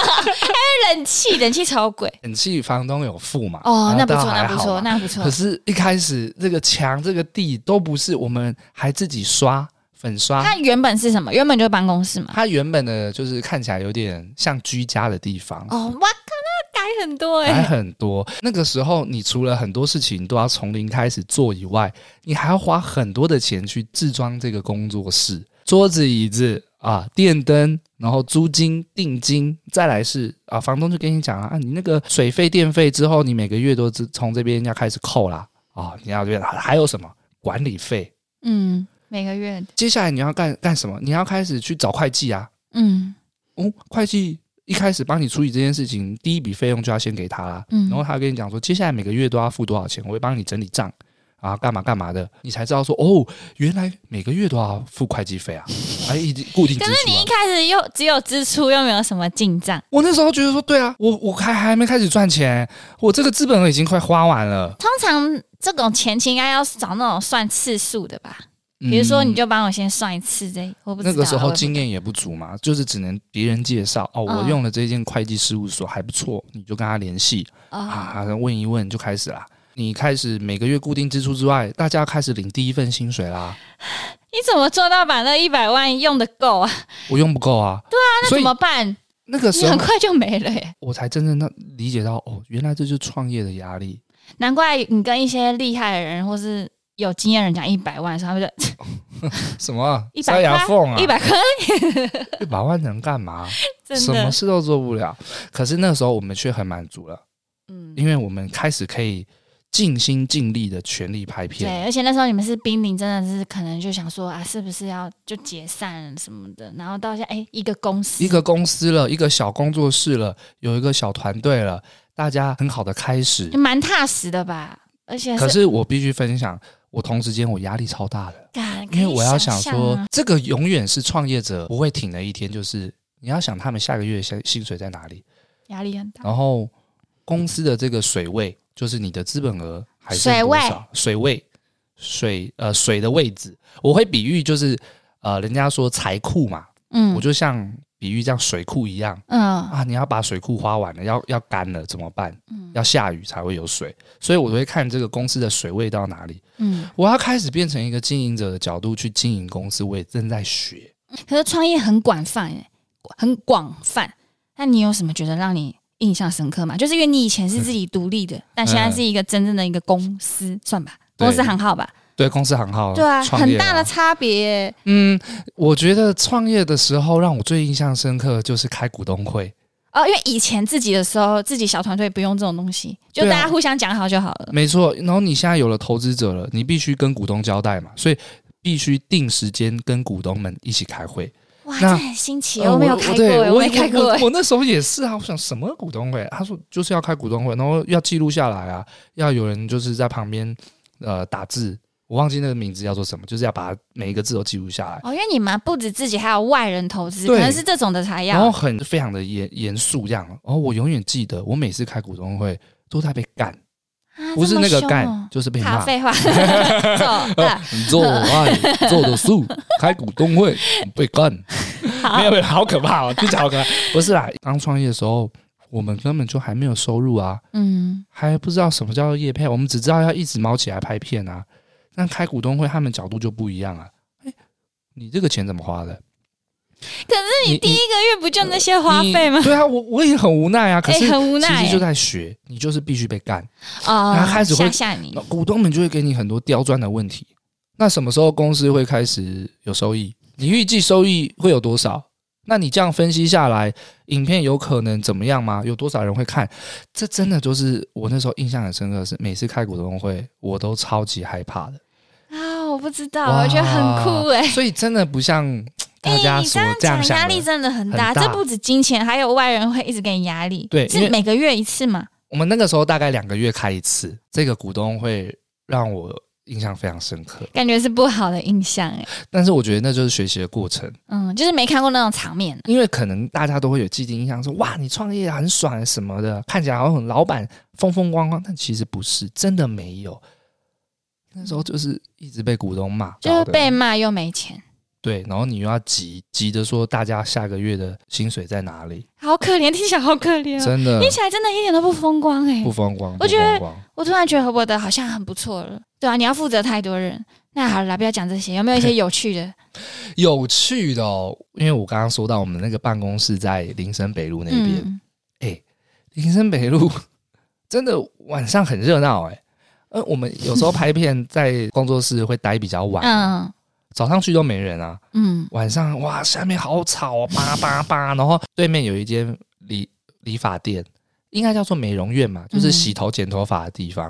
S1: 冷气冷气超贵
S2: 冷气房东有付嘛？
S1: 哦，
S2: 然
S1: 那
S2: 后
S1: 不
S2: 倒
S1: 错，那
S2: 啊还
S1: 不
S2: 好
S1: 错，
S2: 嘛
S1: 那不错
S2: 可。是，一开始这个墙、这个地都不是，我们还自己刷粉刷。
S1: 它原本是什么？原本就是办公室嘛。
S2: 它原本的就是看起来有点像居家的地方，
S1: 哦，哇靠，那改很多哎、
S2: 还很多。欸那个时候，你除了很多事情都要从零开始做以外，你还要花很多的钱去置装这个工作室，桌子、椅子啊、电灯，然后租金、定金，再来是啊，房东就跟你讲啊，啊你那个水费、电费之后，你每个月都只从这边要开始扣啦。啊，你要这边还有什么管理费？
S1: 嗯，每个月，
S2: 接下来你要干干什么？你要开始去找会计啊。
S1: 嗯
S2: 哦，会计一开始帮你处理这件事情，第一笔费用就要先给他啦。
S1: 嗯
S2: 然后他跟你讲说，接下来每个月都要付多少钱，我会帮你整理账啊，干嘛干嘛的，你才知道说，哦，原来每个月都要付会计费啊，哎，已经固定支
S1: 可
S2: 出、啊。
S1: 是你一开始又只有支出，又没有什么进账。
S2: 我那时候觉得说，对啊，我我还还没开始赚钱，我这个资本已经快花完了。
S1: 通常这种前期应该要找那种算次数的吧，比如说
S2: 嗯
S1: 你就帮我先算一次这，我不知道
S2: 那个时
S1: 我
S2: 候
S1: 也不
S2: 经验也不足嘛，就是只能别人介绍哦，我
S1: 嗯
S2: 用了这间会计事务所还不错，你就跟他联系
S1: 啊，
S2: 啊，问一问就开始啦。你开始每个月固定支出之外，大家开始领第一份薪水啦。
S1: 你怎么做到把那一百万用的够啊？
S2: 我用不够啊，对啊，
S1: 那
S2: 所
S1: 怎
S2: 以
S1: 么办？
S2: 那个
S1: 你
S2: 时
S1: 很
S2: 候
S1: 快就没了耶。
S2: 我才真正的理解到，哦，原来这就是创业的压力。
S1: 难怪你跟一些厉害的人或是有经验的人讲一百万的时候，他们就
S2: 什么啊
S1: 一
S2: 塞
S1: 百
S2: 牙缝啊，
S1: 一百块，
S2: 一百万能干嘛？
S1: 真
S2: 什么
S1: 的，
S2: 事都做不了。可是那时候我们却很满足了，
S1: 嗯，
S2: 因为我们开始可以尽心尽力的全力拍片。
S1: 对，而且那时候你们是濒临，真的是可能就想说啊，是不是要就解散什么的，然后到现在哎、一个公司，
S2: 一个公司了，一个小工作室了，有一个小团队了，大家很好的开始
S1: 就。蛮踏实的吧，而且
S2: 可是我必须分享，我同时间我压力超大的，
S1: 敢，
S2: 因为我要想
S1: 想象
S2: 说
S1: 啊，
S2: 这个永远是创业者不会停的一天，就是你要想他们下个月薪薪水在哪里，
S1: 压力很大，
S2: 然后公司的这个水位，就是你的资本额还是
S1: 水
S2: 多
S1: 位
S2: 少水位水呃水的位置，我会比喻就是呃人家说财库嘛，
S1: 嗯，
S2: 我就像比喻像水库一样。
S1: 嗯
S2: 啊，你要把水库花完了，要要干了怎么办？要下雨才会有水，所以我都会看这个公司的水位到哪里。
S1: 嗯，
S2: 我要开始变成一个经营者的角度去经营公司，我也正在学。
S1: 可是创业很广泛、欸，很广泛。那你有什么觉得让你印象深刻吗？就是因为你以前是自己独立的，但现在是一个真正的一个公司，算吧，
S2: 嗯对
S1: 公司行号吧，
S2: 对公司行号，
S1: 对啊，
S2: 创
S1: 很
S2: 业
S1: 大的
S2: 啊
S1: 差别、
S2: 嗯，我觉得创业的时候让我最印象深刻的就是开股东会，
S1: 哦，因为以前自己的时候，自己小团队不用这种东西，就
S2: 对啊
S1: 大家互相讲好就好了。
S2: 没错。然后你现在有了投资者了，你必须跟股东交代嘛，所以必须定时间跟股东们一起开会。
S1: 哇，
S2: 那
S1: 这很新奇，
S2: 呃
S1: 我没有
S2: 我
S1: 开过、
S2: 对
S1: 欸，
S2: 我
S1: 没
S2: 也
S1: 开过、
S2: 我
S1: 欸。
S2: 我那时候也是啊，我想什么股东会？他说就是要开股东会，然后要记录下来啊，要有人就是在旁边呃打字，我忘记那个名字叫做什么，就是要把每一个字都记录下来，
S1: 哦，因为你们不止自己，还有外人投资，
S2: 对
S1: 可能是这种的才
S2: 然后
S1: 要。
S2: 很非常的严严肃这样。然后我永远记得，我每次开股东会都在被干，
S1: 啊
S2: 不是那个
S1: 这么凶
S2: 干，呃
S1: 哦
S2: 就是被
S1: 好，
S2: 骂。
S1: 废话， 走啊！
S2: 你做爱做的素， 开股东会被干，没有没有，好可怕哦，听起来好可怕。不是啦，刚创业的时候，我们根本就还没有收入啊，
S1: 嗯，
S2: 还不知道什么叫做业配，我们只知道要一直猫起来拍片啊。但开股东会，他们角度就不一样啊。哎，你这个钱怎么花的？
S1: 可是
S2: 你
S1: 你第一个月不就那些花
S2: 你
S1: 费吗？
S2: 对啊，我我也很无奈啊。可
S1: 哎、
S2: 是
S1: 很无
S2: 其
S1: 奈
S2: 实就
S1: 欸
S2: 在学，你就是必须被干。然
S1: 啊
S2: 后开始会哦
S1: 吓吓你
S2: 那股东们就会给你很多刁钻的问题。那什么时候公司会开始有收益？你预计收益会有多少？那你这样分析下来，影片有可能怎么样吗？有多少人会看？这真的就是我那时候印象很深刻的是，每次开股东会，我都超级害怕的。
S1: 啊！我不知道，
S2: 哇
S1: 我觉得很酷哎、欸。
S2: 所以真的不像大家
S1: 哎，你
S2: 所
S1: 这样
S2: 这样
S1: 讲，
S2: 想
S1: 压
S2: 的。
S1: 力真的很
S2: 很
S1: 大。
S2: 大
S1: 这不止金钱，还有外人会一直给你压力。
S2: 对因为
S1: 是每个月一次嘛？
S2: 我们那个时候大概两个月开一次，这个股东会让我印象非常深刻。
S1: 感觉是不好的印象哎、
S2: 但是我觉得那就是学习的过程。
S1: 嗯，就是没看过那种场面、
S2: 因为可能大家都会有既定印象说，哇，你创业啊很爽什么的，看起来好像很老板风风光光，但其实不是，真的没有。那时候就是一直被股东骂，
S1: 就是被骂又没钱，
S2: 对，然后你又要急急着说大家下个月的薪水在哪里，
S1: 好可怜，听起来好可怜、哦，
S2: 真的
S1: 听起来真的一点都不风光哎、
S2: 不风光，
S1: 我觉
S2: 不
S1: 得
S2: 风光
S1: 我突然觉得我的好像很不错了，对啊，你要负责太多人。那好了啦，不要讲这些，有没有一 些有趣的？
S2: 有趣的哦，因为我刚刚说到我们那个办公室在林森北路那边，
S1: 嗯，
S2: 林森北路真的晚上很热闹哎。呃，我们有时候拍片在工作室会待比较晚，
S1: 嗯
S2: 早上去都没人啊，
S1: 嗯
S2: 晚上哇下面好吵哦，叭叭叭，然后对面有一间理理发店，应该叫做美容院嘛，就是
S1: 嗯
S2: 洗头剪头发的地方。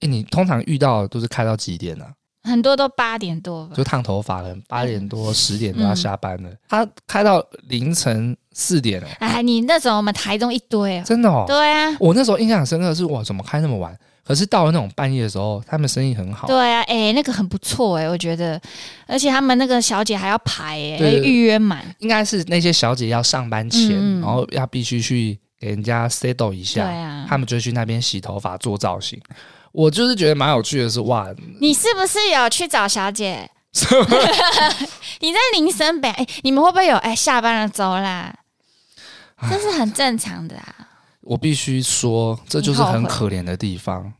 S2: 哎、你通常遇到的都是开到几点啊？
S1: 很多都八点多吧
S2: 就，烫头发了，八点
S1: 嗯
S2: 多十点都要下班了，他开到凌晨四点、欸，
S1: 哎，你那种我们台中一堆哦，
S2: 真的哦。
S1: 对啊，
S2: 我那时候印象很深刻的是，哇，怎么开那么晚？可是到了那种半夜的时候，他们生意很好，
S1: 对啊，哎、那个很不错哎、我觉得，而且他们那个小姐还要排哎、
S2: 对对对
S1: 预约满，
S2: 应该是那些小姐要上班前，
S1: 嗯嗯
S2: 然后要必须去给人家 settle 一
S1: 对
S2: 下，
S1: 啊，
S2: 他们就去那边洗头发、做造型。我就是觉得蛮有趣的是，哇，
S1: 你是不是有去找小姐？
S2: 什么
S1: 你在林森北，哎、你们会不会有哎、下班了走啦？这是很正常的啊，
S2: 我必须说，这就是很可怜的地方，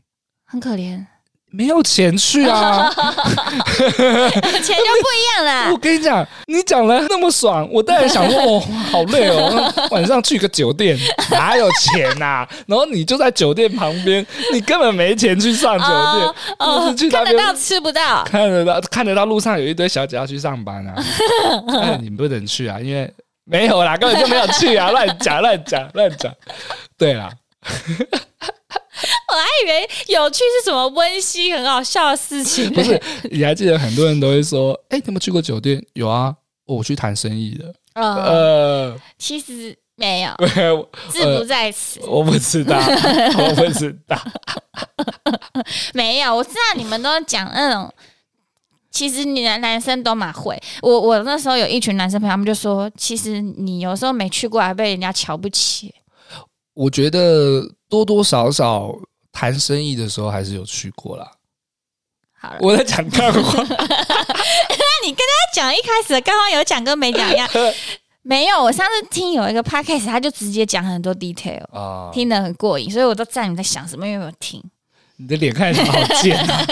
S1: 很可 怜，
S2: 没有钱去啊！
S1: 钱就不一样
S2: 我
S1: 啦。
S2: 跟你讲，你讲的那么爽，我当然想 说，哦，好累哦，晚上去个酒 店，哪有钱呐、然后你就在酒店旁边，你根本没钱去上酒店，就是去那
S1: 哦看得
S2: 边
S1: 到吃不到，
S2: 看得到，看得到路上有一堆小姐要去上班 啊，但你不能去啊，因为没有啦，根本就没有去啊，乱讲乱讲乱讲，对啦，
S1: 我还以为有趣是什么温馨很好笑的事情、
S2: 不是，你还记得很多人都会说，哎、你有没有去过酒店？有啊，哦我去谈生意的，
S1: 呃，
S2: 呃，
S1: 其实没有，
S2: 我
S1: 志不在此。
S2: 我不知 道，我不知道。
S1: 没有，我知道你们都讲那种，其实你男男生都蛮会。我我那时候有一群男生朋友，他们就说，其实你有时候没去过，还被人家瞧不起。
S2: 我觉得多多少少谈生意的时候还是有去过啦。
S1: 好了，
S2: 我在讲干话，
S1: 他讲一开始刚刚有讲跟没 讲一样，没有。我上次听有一个 podcast，他就直接讲很多 detail，
S2: 啊，
S1: 听得很过瘾，所以我都知道你们在想什么，因为我有听。
S2: 你的脸看起来好贱啊！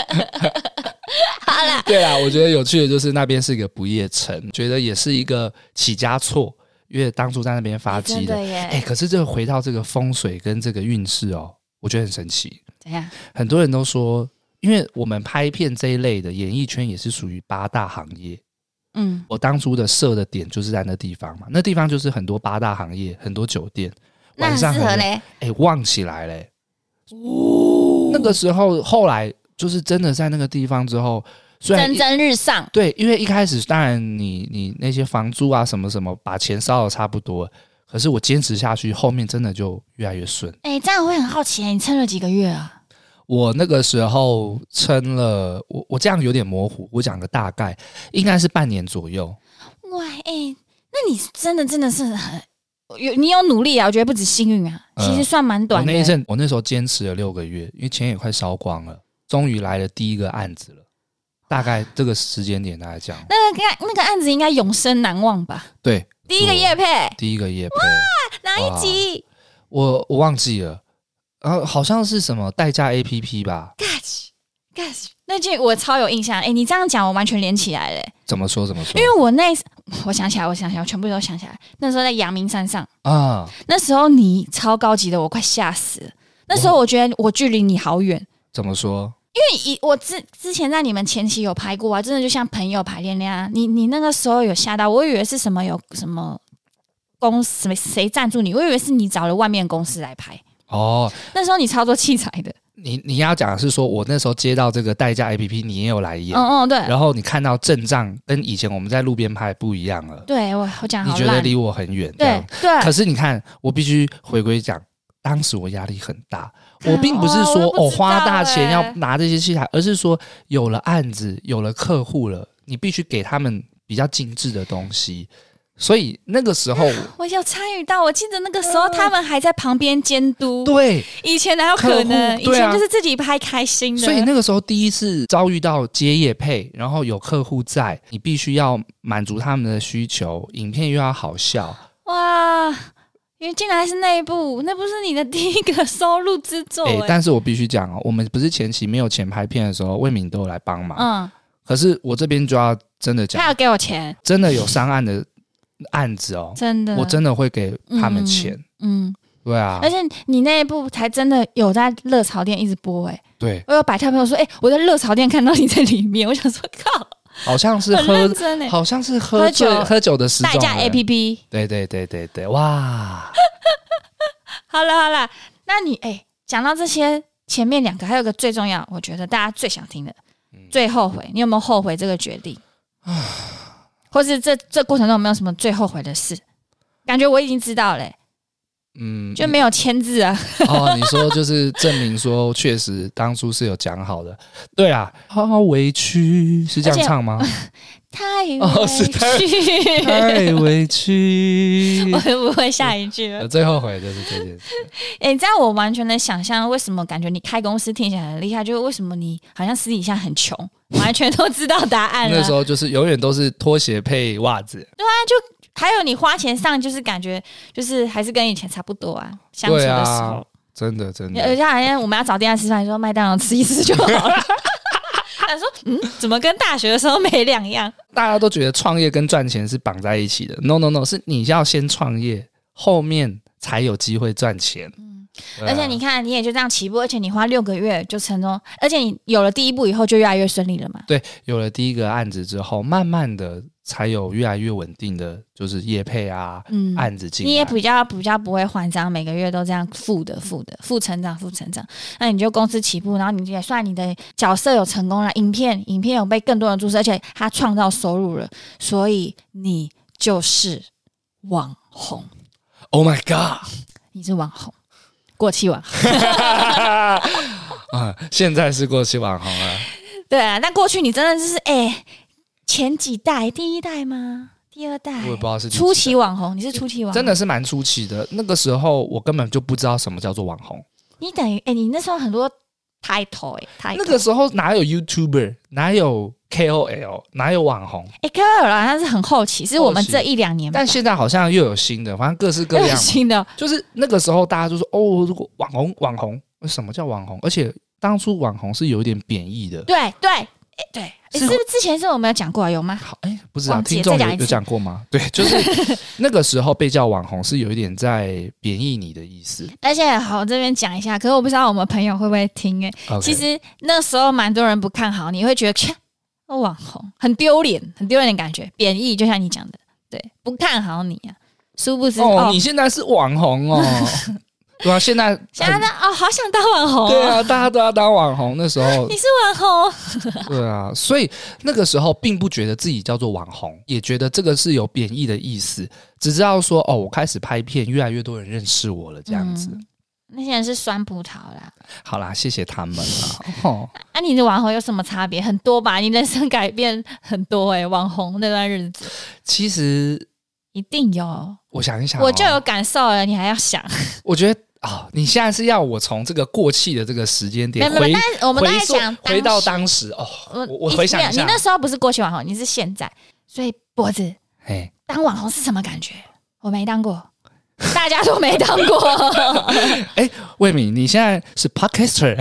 S1: 好啦，
S2: 对啦，我觉得有趣的就是那边是一个不夜城，觉得也是一个起家错，因为当初在那边发迹
S1: 真
S2: 的
S1: 的。耶，
S2: 哎、可是这个回到这个风水跟这个运势哦，我觉得很神奇。
S1: 怎样？
S2: 很多人都说，因为我们拍片这一类的演艺圈也是属于八大行业，
S1: 嗯
S2: 我当初的设的点就是在那地方嘛，那地方就是很多八大行业，很多酒店，
S1: 那
S2: 晚
S1: 很
S2: 上
S1: 适合
S2: 很
S1: 嘞，
S2: 哎、旺起来嘞、哦，那个时候后来就是真的在那个地方之后，虽然
S1: 蒸
S2: 一
S1: 蒸日上。
S2: 对，因为一开始当然你你那些房租啊什么什么，把钱烧的差不多了，可是我坚持下去，后面真的就越来越顺。
S1: 哎、这样我会很好奇，你撑了几个月啊？
S2: 我那个时候撑了，我我这样有点模糊，我讲个大概，应该是半年左右。
S1: 哇，哎、那你真的真的是很有你有努力啊，我觉得不止幸运啊，
S2: 嗯
S1: 其实算蛮
S2: 我
S1: 短的、
S2: 那一阵，我那时候坚持了六个月，因为钱也快烧光了，终于来了第一个案子了。大概这个时间点，大概讲
S1: 那个那个案子应该永生难忘吧？
S2: 对
S1: 第一个夜配
S2: 第一个夜配，
S1: 哪一集？
S2: 我我忘记了，然、后好像是什么代驾 A P P 吧？
S1: 那句我超有印象，哎、你这样讲我完全连起来了、
S2: 怎么说怎么说
S1: 因为我那我想起来，我想起来，我全部都想起来。那时候在阳明山上，
S2: 啊？
S1: 那时候你超高级的，我快吓死了。那时候我觉得我距离你好远，
S2: 怎么说？
S1: 以我之之前在你们前期有拍过啊，真的就像朋友排练那样。啊你你那个时候有吓到，我以为是什么有什么公司什么谁赞助你，我以为是你找了外面公司来拍。
S2: 哦，
S1: 那时候你操作器材的，
S2: 你你要讲的是说，我那时候接到这个代驾 A P P，你也有来演，
S1: 嗯嗯，对
S2: 然后你看到阵仗跟以前我们在路边拍不一样了，
S1: 对，我我讲
S2: 你
S1: 好
S2: 觉得
S1: 烂，
S2: 离我很远，这样
S1: 对对，
S2: 可是你看，我必须回归讲，当时我压力很大。我并不是说
S1: 哦我都不知道
S2: 哎哦花大钱
S1: 欸
S2: 要拿这些器材，而是说有了案子，有了客户了，你必须给他们比较精致的东西。所以那个时候，
S1: 我有参与到，我记得那个时候他们还在旁边监督，
S2: 嗯对，
S1: 以前哪有可能？
S2: 客户
S1: 以
S2: 对啊
S1: 前就是自己拍开心的，
S2: 所以那个时候第一次遭遇到接业配，然后有客户在，你必须要满足他们的需求，影片又要好笑，
S1: 哇，因为竟然是内部，那不是你的第一个收入之作、
S2: 诶，
S1: 哎
S2: 但是我必须讲哦，我们不是前期没有钱拍片的时候，魏敏都有来帮忙。
S1: 嗯，
S2: 可是我这边就要真的讲
S1: 他，要给我钱，
S2: 真的有上岸的案子哦，
S1: 真的，
S2: 我真的会给他们钱。
S1: 嗯，
S2: 对啊
S1: 而，且你那一部才真的有在热潮店一直播、哎，
S2: 对，
S1: 我有百跳朋友说，哎、我在热潮店看到你在里面，我 想说靠，
S2: 好像是
S1: 很
S2: 喝
S1: 认，真哎、
S2: 好像是喝
S1: 喝
S2: 醉
S1: 酒
S2: 喝酒的时
S1: 代
S2: 钟
S1: 驾
S2: 欸
S1: A P P，
S2: 对对对对对，哇，
S1: 好了好了，那你哎，讲、到这些前面两个，还有个最重要，我觉得大家最想听的，
S2: 嗯
S1: 最后悔，你有没有后悔这个决定？ 或是这这过程中有没有什么最后悔的事？感觉我已经知道嘞、
S2: 嗯，
S1: 就没有签字啊。
S2: 哦，你说就是证明说，确实当初是有讲好的。对啊，好委屈是这样唱吗？
S1: 太委
S2: 哦是太
S1: 屈，
S2: 太委 屈
S1: 我。会不会下一句了
S2: 呃，？最后悔就是这件事。
S1: 哎、这样我完全能想象为什么感觉你开公司听起来很厉害，就是为什么你好像私底下很 穷，完全都知道答案了。
S2: 那时候就是永远都是拖鞋配袜子。
S1: 还有你花钱上，就是感觉就是还是跟以前差不多啊，相处
S2: 对
S1: 的时候。
S2: 啊，真的真
S1: 而
S2: 的。
S1: 且好像我们要找店家吃饭，说麦当劳吃一次就好 了。他说：“嗯，怎么跟大学的时候没两样？
S2: 大家都觉得创业跟赚钱是绑在一起的。No No No，是你要先创业，后面才有机会赚钱。对啊
S1: 嗯而且你看，你也就这样起步，而且你花六个月就成功，而且你有了第一步以后，就越来越顺利了嘛。
S2: 对有了第一个案子之后，慢慢的才有越来越稳定的就是业配啊、
S1: 嗯，
S2: 案子进来。
S1: 你也比较比较不会还账，每个月都这样负的负的负成长负成长。那你就公司起步，然后你也算你的角色有成功了，影片影片有被更多人注视，而且它创造收入了，所以你就是网红，
S2: Oh my god！
S1: 你是网红，过气网红。
S2: 啊，现在是过气网红了。
S1: 对啊，但过去你真的就是哎、前几代第一代吗？第二代
S2: 我也不知道是第几代
S1: 初期网红，你是初期网红，
S2: 真的是蛮出奇的。那个时候我根本就不知道什么叫做网红，
S1: 你等于哎、你那时候很多 title 哎、title
S2: 那个时候哪有 YouTuber，哪有 KOL，哪有网红？
S1: 哎、科尔好像是很后期，是我们这一两年吧，
S2: 但现在好像又有新的，反正各式各样
S1: 又有
S2: 嘛。
S1: 新的
S2: 就是那个时候大家就说哦，如果网红网红，什么叫网红？而且当初网红是有一点贬义的。
S1: 对对、哎对，哎
S2: 是
S1: 是不是之前是我们有讲过啊有吗？
S2: 好，哎、不知道
S1: 忘记
S2: 听众
S1: 再
S2: 有
S1: 讲一次
S2: 有讲过吗？对，就是 那个时候被叫网红是有一点在贬义你的意思。
S1: 而且好，我这边讲一下，可是我不知道我们朋友会不会听哎、
S2: o
S1: 其实那时候蛮多人不看好你，会觉得切，那网红很丢脸，很丢脸的感觉，贬义，就像你讲的，对，不看好你啊，殊不知
S2: 哦
S1: 哦，
S2: 你现在是网红 哦，对啊，现在
S1: 现在
S2: 很
S1: 呢哦，好想当网红、
S2: 对，啊，大家都要当网红，那时候
S1: 你是网红，
S2: 对啊，所以那个时候并不觉得自己叫做网红，也觉得这个是有贬义的意思，只知道说哦，我开始拍片，越来越多人认识我了，这样子。
S1: 嗯那些人是酸葡萄啦。
S2: 好啦，谢谢他们啦。哦，
S1: 啊，你的网红有什么差别？很多吧，你人生改变很多哎、网红那段日子
S2: 其实
S1: 一定有，
S2: 我想一想哦、
S1: 我就有感受了，你还要想？
S2: 我觉得啊、你现在是要我从这个过气的这个时间
S1: 没
S2: 点
S1: 有没
S2: 回
S1: 有，但是我们
S2: 回
S1: 都在
S2: 溯
S1: 讲
S2: 回到
S1: 时
S2: 当时哦，
S1: 我
S2: 我我回想一
S1: 没有
S2: 下
S1: 你那时候不是过去网红，你是现在，所以脖子
S2: 嘿，
S1: 当网红是什么感觉？我没当 过，大家都没当过。
S2: 魏敏，你现在是 podcaster，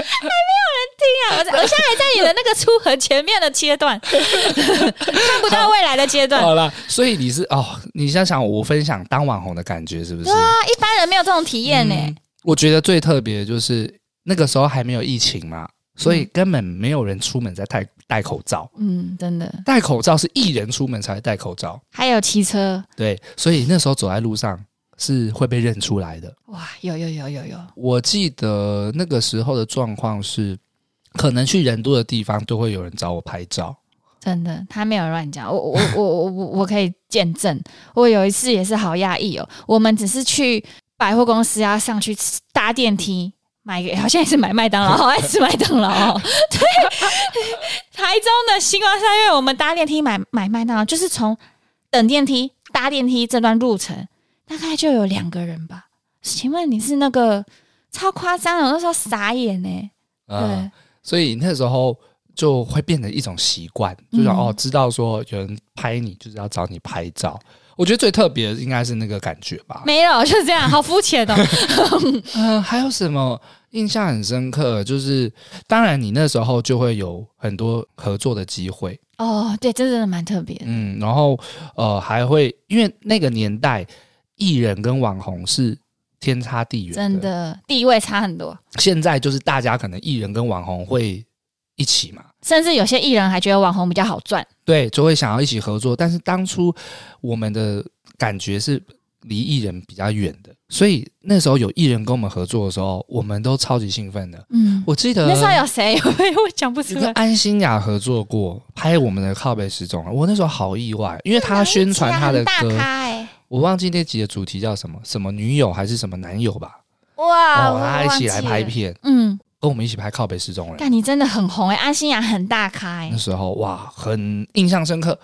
S1: 我我现在还在你的那个出和前面的阶段，看不到未来的阶段。
S2: 好啦，所以你是哦，你想想我分享当网红的感觉是不是？
S1: 啊，一般人没有这种体验呢、
S2: 嗯我觉得最特别的就是那个时候还没有疫情嘛，所以根本没有人出门在戴戴口罩。
S1: 嗯，真的。
S2: 戴口罩是艺人出门才会戴口罩，
S1: 还有骑车，
S2: 对，所以那时候走在路上是会被认出来的。
S1: 哇，有有有有有，
S2: 我记得那个时候的状况是，可能去人多的地方都会有人找我拍照。
S1: 真的，他没有乱讲，我我我我我我可以见证。我有一次也是好压抑哦，我们只是去百货公司啊，上去吃搭电梯买个，好像也是买麦当劳，好爱吃麦当劳、哦。对，台中的星光三月，我们搭电梯买买麦当劳，就是从等电梯、搭电梯这段路程，大概就有两个人吧。请问你是那个超夸张的，我那时候傻眼呢、对，
S2: 嗯，所以那时候就会变成一种习惯，就是、
S1: 嗯
S2: 哦，知道说有人拍你，就是要找你拍照。我觉得最特别的应该是那个感觉吧。
S1: 没有，就这样，好肤浅哦。
S2: 嗯、还有什么印象很深刻？就是当然你那时候就会有很多合作的机会，
S1: 哦，对，这真的蛮特别的。
S2: 嗯，然后呃还会因为那个年代艺人跟网红是天差地远，
S1: 真。的地位差很多，
S2: 现在就是大家可能艺人跟网红会一起嘛，
S1: 甚至有些艺人还觉得网红比较好赚。
S2: 对，就会想要一起合作。但是当初我们的感觉是离艺人比较远的，所以那时候有艺人跟我们合作的时候，我们都超级兴奋的。
S1: 嗯，
S2: 我记得
S1: 那时候有谁？ 我我讲不出
S2: 有跟
S1: 来。
S2: 安心雅合作过，拍我们的靠北十种了。我那时候好意外，因为他宣传他的
S1: 哪一集啊很
S2: 歌
S1: 大，咖哎、
S2: 我忘记那集的主题叫什么，什么女友还是什么男友吧？
S1: 哇，
S2: 哦，
S1: 我
S2: 他一起来拍
S1: 忘记了。
S2: 片，
S1: 嗯，
S2: 跟我们一起拍靠北十种人。
S1: 但你真的很红哎、安心雅很大咖哎、
S2: 那时候哇，很印象深刻。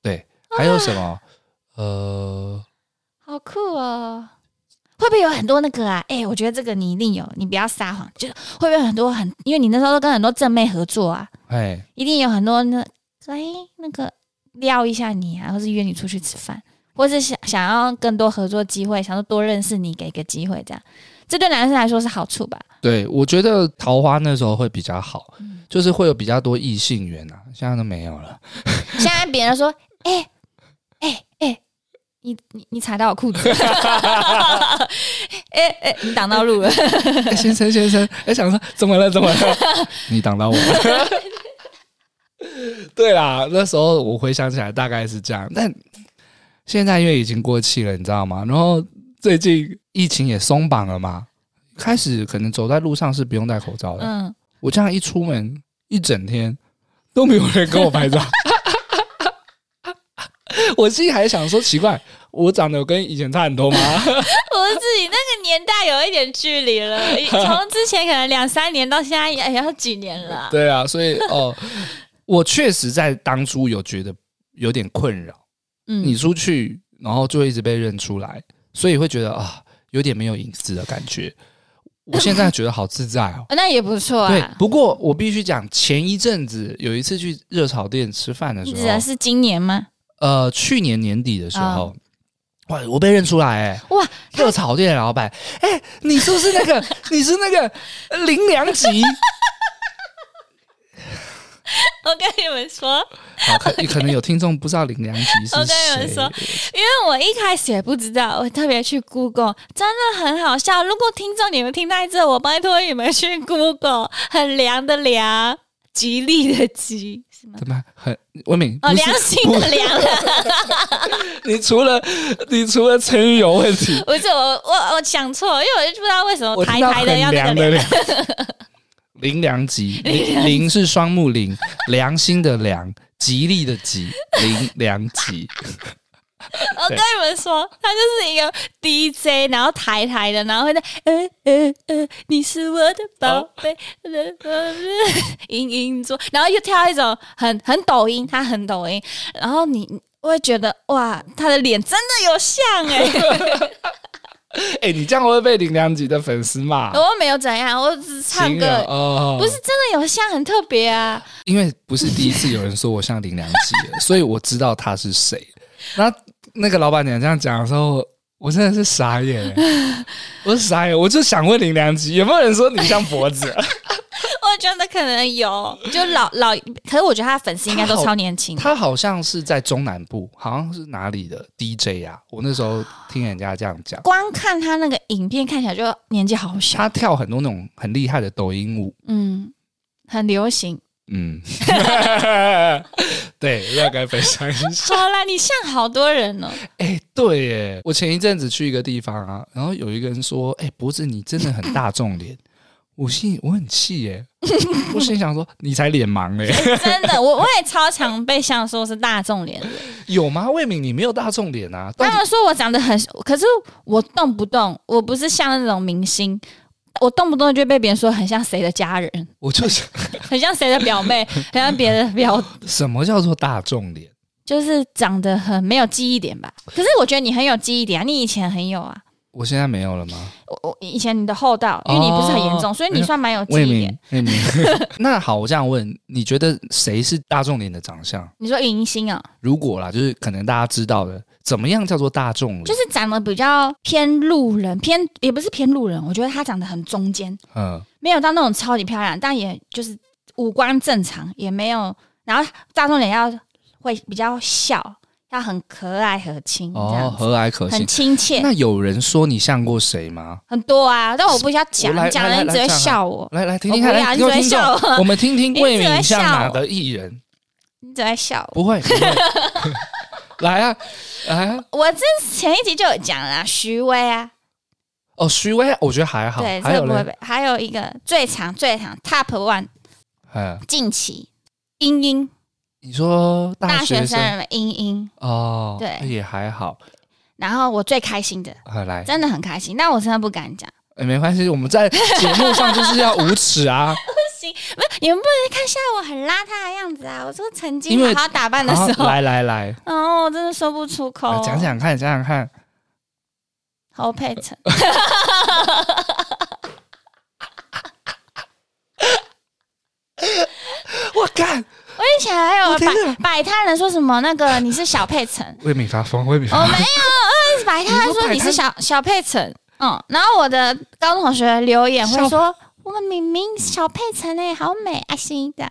S2: 对，还有什么？呃，
S1: 好酷哦！会不会有很多那个啊？哎、我觉得这个你一定有，你不要撒谎。就是会不会有很多很，因为你那时候都跟很多正妹合作啊，
S2: 哎，
S1: 一定有很多那哎那个撩一下你啊，或是约你出去吃饭，或是想想要更多合作机会，想说多认识你，给个机会这样。这对男生来说是好处吧？
S2: 对，我觉得桃花那时候会比较好，就是会有比较多异性缘啊，现在都没有了。
S1: 现在别人说， 哎哎哎，你你你踩到我裤 子，哎哎、你挡到路了，
S2: 哎先生，先生，哎，想说怎么了，怎么了？你挡到我了。对啦，那时候我回想起来大概是这样，但现在因为已经过气了，你知道吗？然后最近疫情也松绑了嘛，开始可能走在路上是不用戴口罩的。
S1: 嗯，
S2: 我这样一出门一整天都没有人跟我拍照， 我自己还想说奇怪，我长得有跟以前差很多吗？
S1: 我自己那个年代有一点距离 了，从之前可能两三年到现在也要几年了啊、
S2: 对啊，所以哦、我确实在当初有觉得有点困扰，你
S1: 嗯，
S2: 出去然后就会一直被认出来，所以会觉得啊有点没有隐私的感觉。我现在觉得好自在 哦。
S1: 那也不错
S2: 对
S1: 啊，。
S2: 不过我必须讲，前一阵子有一次去热炒店吃饭的时
S1: 你
S2: 候，
S1: 指的是今年吗？
S2: 呃，去年年底的时候，哇，我被认出来哎、
S1: 嗯哇，
S2: 热炒店的老板，哎、你是不是 那个？你是那个呃林良吉？
S1: 我跟你们说，
S2: 好，可可能有听众不知道林良吉
S1: 我跟
S2: 是
S1: 你们
S2: 谁。
S1: 说因为我一开始也不知道，我特别去 Google，真的很好笑。如果听众你们听到这，我拜托你们 去 Google，很凉的凉，吉利的吉，是吗？
S2: 怎么很文敏？
S1: 哦，
S2: 不是
S1: 良心的良，啊
S2: 你除了你除了成语有问题，
S1: 不是我我我想错了，因为我就不知道为什么
S2: 我
S1: 台
S2: 听到
S1: 台
S2: 很
S1: 哦的要那个凉
S2: 凉的凉。 林良吉，林林是双木林，良心的良，吉利的吉，林良 吉。
S1: 呃我跟你们说，他就是一个 DJ，然后台台的，然后会在呃呃呃，你是我的宝贝，
S2: 哦
S1: 呃呃呃 隐隐作，然后又跳一种很很抖音，他很抖音，然后你我会觉得哇，他的脸真的有像哎、
S2: 哎、你这样会被林良吉的粉丝骂。
S1: 我没有怎样，我只是唱
S2: 行了
S1: 歌。
S2: 哦，
S1: 不是真的有像，很特别 啊！
S2: 因为不是第一次有人说我像林良吉了，所以我知道他是谁。然后那个老板娘这样讲的时候，我真的是傻眼、欸我是傻眼，我就想问林良吉有没有人说你像脖子？啊
S1: 我觉得可能有，就老老，可是我觉得他的粉丝应该都
S2: 他好
S1: 超年轻的。
S2: 他好像是在中南部，好像是哪里的 DJ 啊？我那时候听人家这样讲，
S1: 光看他那个影片，看起来就年纪好小。
S2: 他跳很多那种很厉害的抖音舞，
S1: 嗯，很流 行。
S2: 嗯，对，要该分享一下。
S1: 好啦，你像好多人哦，
S2: 哎、对耶！我前一阵子去一个地方啊，然后有一个人说：“哎、脖子你真的很大众脸。”我心我很气耶，我心想说：“你才脸盲哎，
S1: 真的，我我也超常被像说是大众脸的。
S2: 有吗？魏敏，你没有大众脸啊？到
S1: 他
S2: 底
S1: 们说我长得很，可是我动不动我不是像那种明星，我动不动就被别人说很像谁的家人，
S2: 我就是
S1: 很像谁的表妹，很像别的表，
S2: 什么叫做大众脸？
S1: 就是长得很没有记忆点吧。可是我觉得你很有记忆点啊，你以前很有啊。
S2: 我现在没有了吗？
S1: 我我以前你的厚道，因为你不是很严重，
S2: 哦
S1: 所以你算蛮有记
S2: 魏
S1: 忆
S2: 明
S1: 点。，
S2: 魏明。 那好，我这样问，你觉得谁是大众脸的长相？
S1: 你说迎新啊，
S2: 如果啦，就是可能大家知道的，怎么样叫做大众脸？
S1: 就是长得比较偏路人，偏也不是偏路人，我觉得她长得很中间，
S2: 嗯，
S1: 没有到那种超级漂亮，但也就是五官正常，也没有。然后大众脸要会比较笑，要很可爱和亲，这
S2: 哦，
S1: 样子、
S2: 和蔼可
S1: 很
S2: 亲。
S1: 亲切，
S2: 那有人说你像过谁吗？
S1: 很多啊。但我不需要讲
S2: 我来，
S1: 讲了
S2: 来
S1: 你只
S2: 来
S1: 会
S2: 这样啊
S1: 笑我，
S2: 来来听
S1: 哦我
S2: 听
S1: 不
S2: 看，
S1: 要
S2: 来
S1: 你
S2: 听
S1: 只会
S2: 听众
S1: 笑我，
S2: 我们听听
S1: 你
S2: 魏
S1: 只会
S2: 明
S1: 笑
S2: 像哪
S1: 我
S2: 个艺 人？
S1: 你只会笑我。
S2: 不会， 不会来啊，来啊！
S1: 我之前一集就有讲啦、徐威啊，
S2: 哦，徐威，我觉得还好，
S1: 对，
S2: 还
S1: 这个
S2: 有
S1: 不会
S2: 嘞，
S1: 被。还有一个最长最长 Top One
S2: 嗯，
S1: 近期英英
S2: 你说
S1: 大
S2: 大
S1: 学生
S2: 学生
S1: 人英英，
S2: 哦，
S1: 对
S2: 也还好。
S1: 然后我最开心的，
S2: 啊，来，
S1: 真的很开心，但我真的不敢讲。
S2: 哎没关系，我们在节目上就是要无耻 啊，
S1: 不是你们不能看下我很邋遢的样子啊！我说曾经
S2: 因为
S1: 好好打扮的
S2: 啊好
S1: 时候，
S2: 来来来，
S1: 哦，我真的说不出口。
S2: 来讲讲看，讲讲看，
S1: 侯佩岑，
S2: 我干，
S1: 我以前还有
S2: 我天
S1: 摆
S2: 哪
S1: 摆摊人说什么那个你是小佩岑，
S2: 魏敏发疯，魏敏
S1: 我
S2: 发
S1: 哦没有，
S2: 疯，
S1: 呃摆摊人说你是小小佩岑，嗯，然后我的高中同学留言会说我们明明小佩岑哎、好美爱心 的。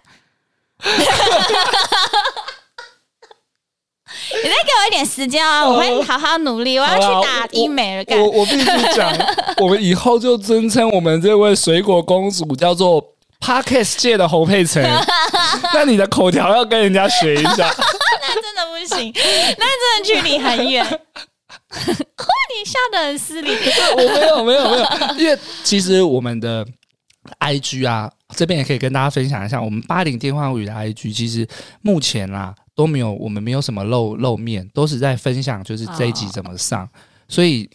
S1: 你再给我一点时间啊！我会好好努力，我要
S2: 哦好
S1: 去
S2: 啦
S1: 打
S2: 我
S1: 医美了。干
S2: 我我必须 讲，我们以后就尊称我们这位水果公主叫做 Parkes 界的侯佩岑， 那你的口条要跟人家学一下。
S1: 那真的不行，那真的距离很远。 哦，你笑得很失礼，
S2: 我没有没有没有，因为其实我们的 IG 啊，这边也可以跟大家分享一下，我们八零电话物语的 IG 其实目前啦、都没有，我们没有什么露露面，都是在分享就是这一集怎么上。所以，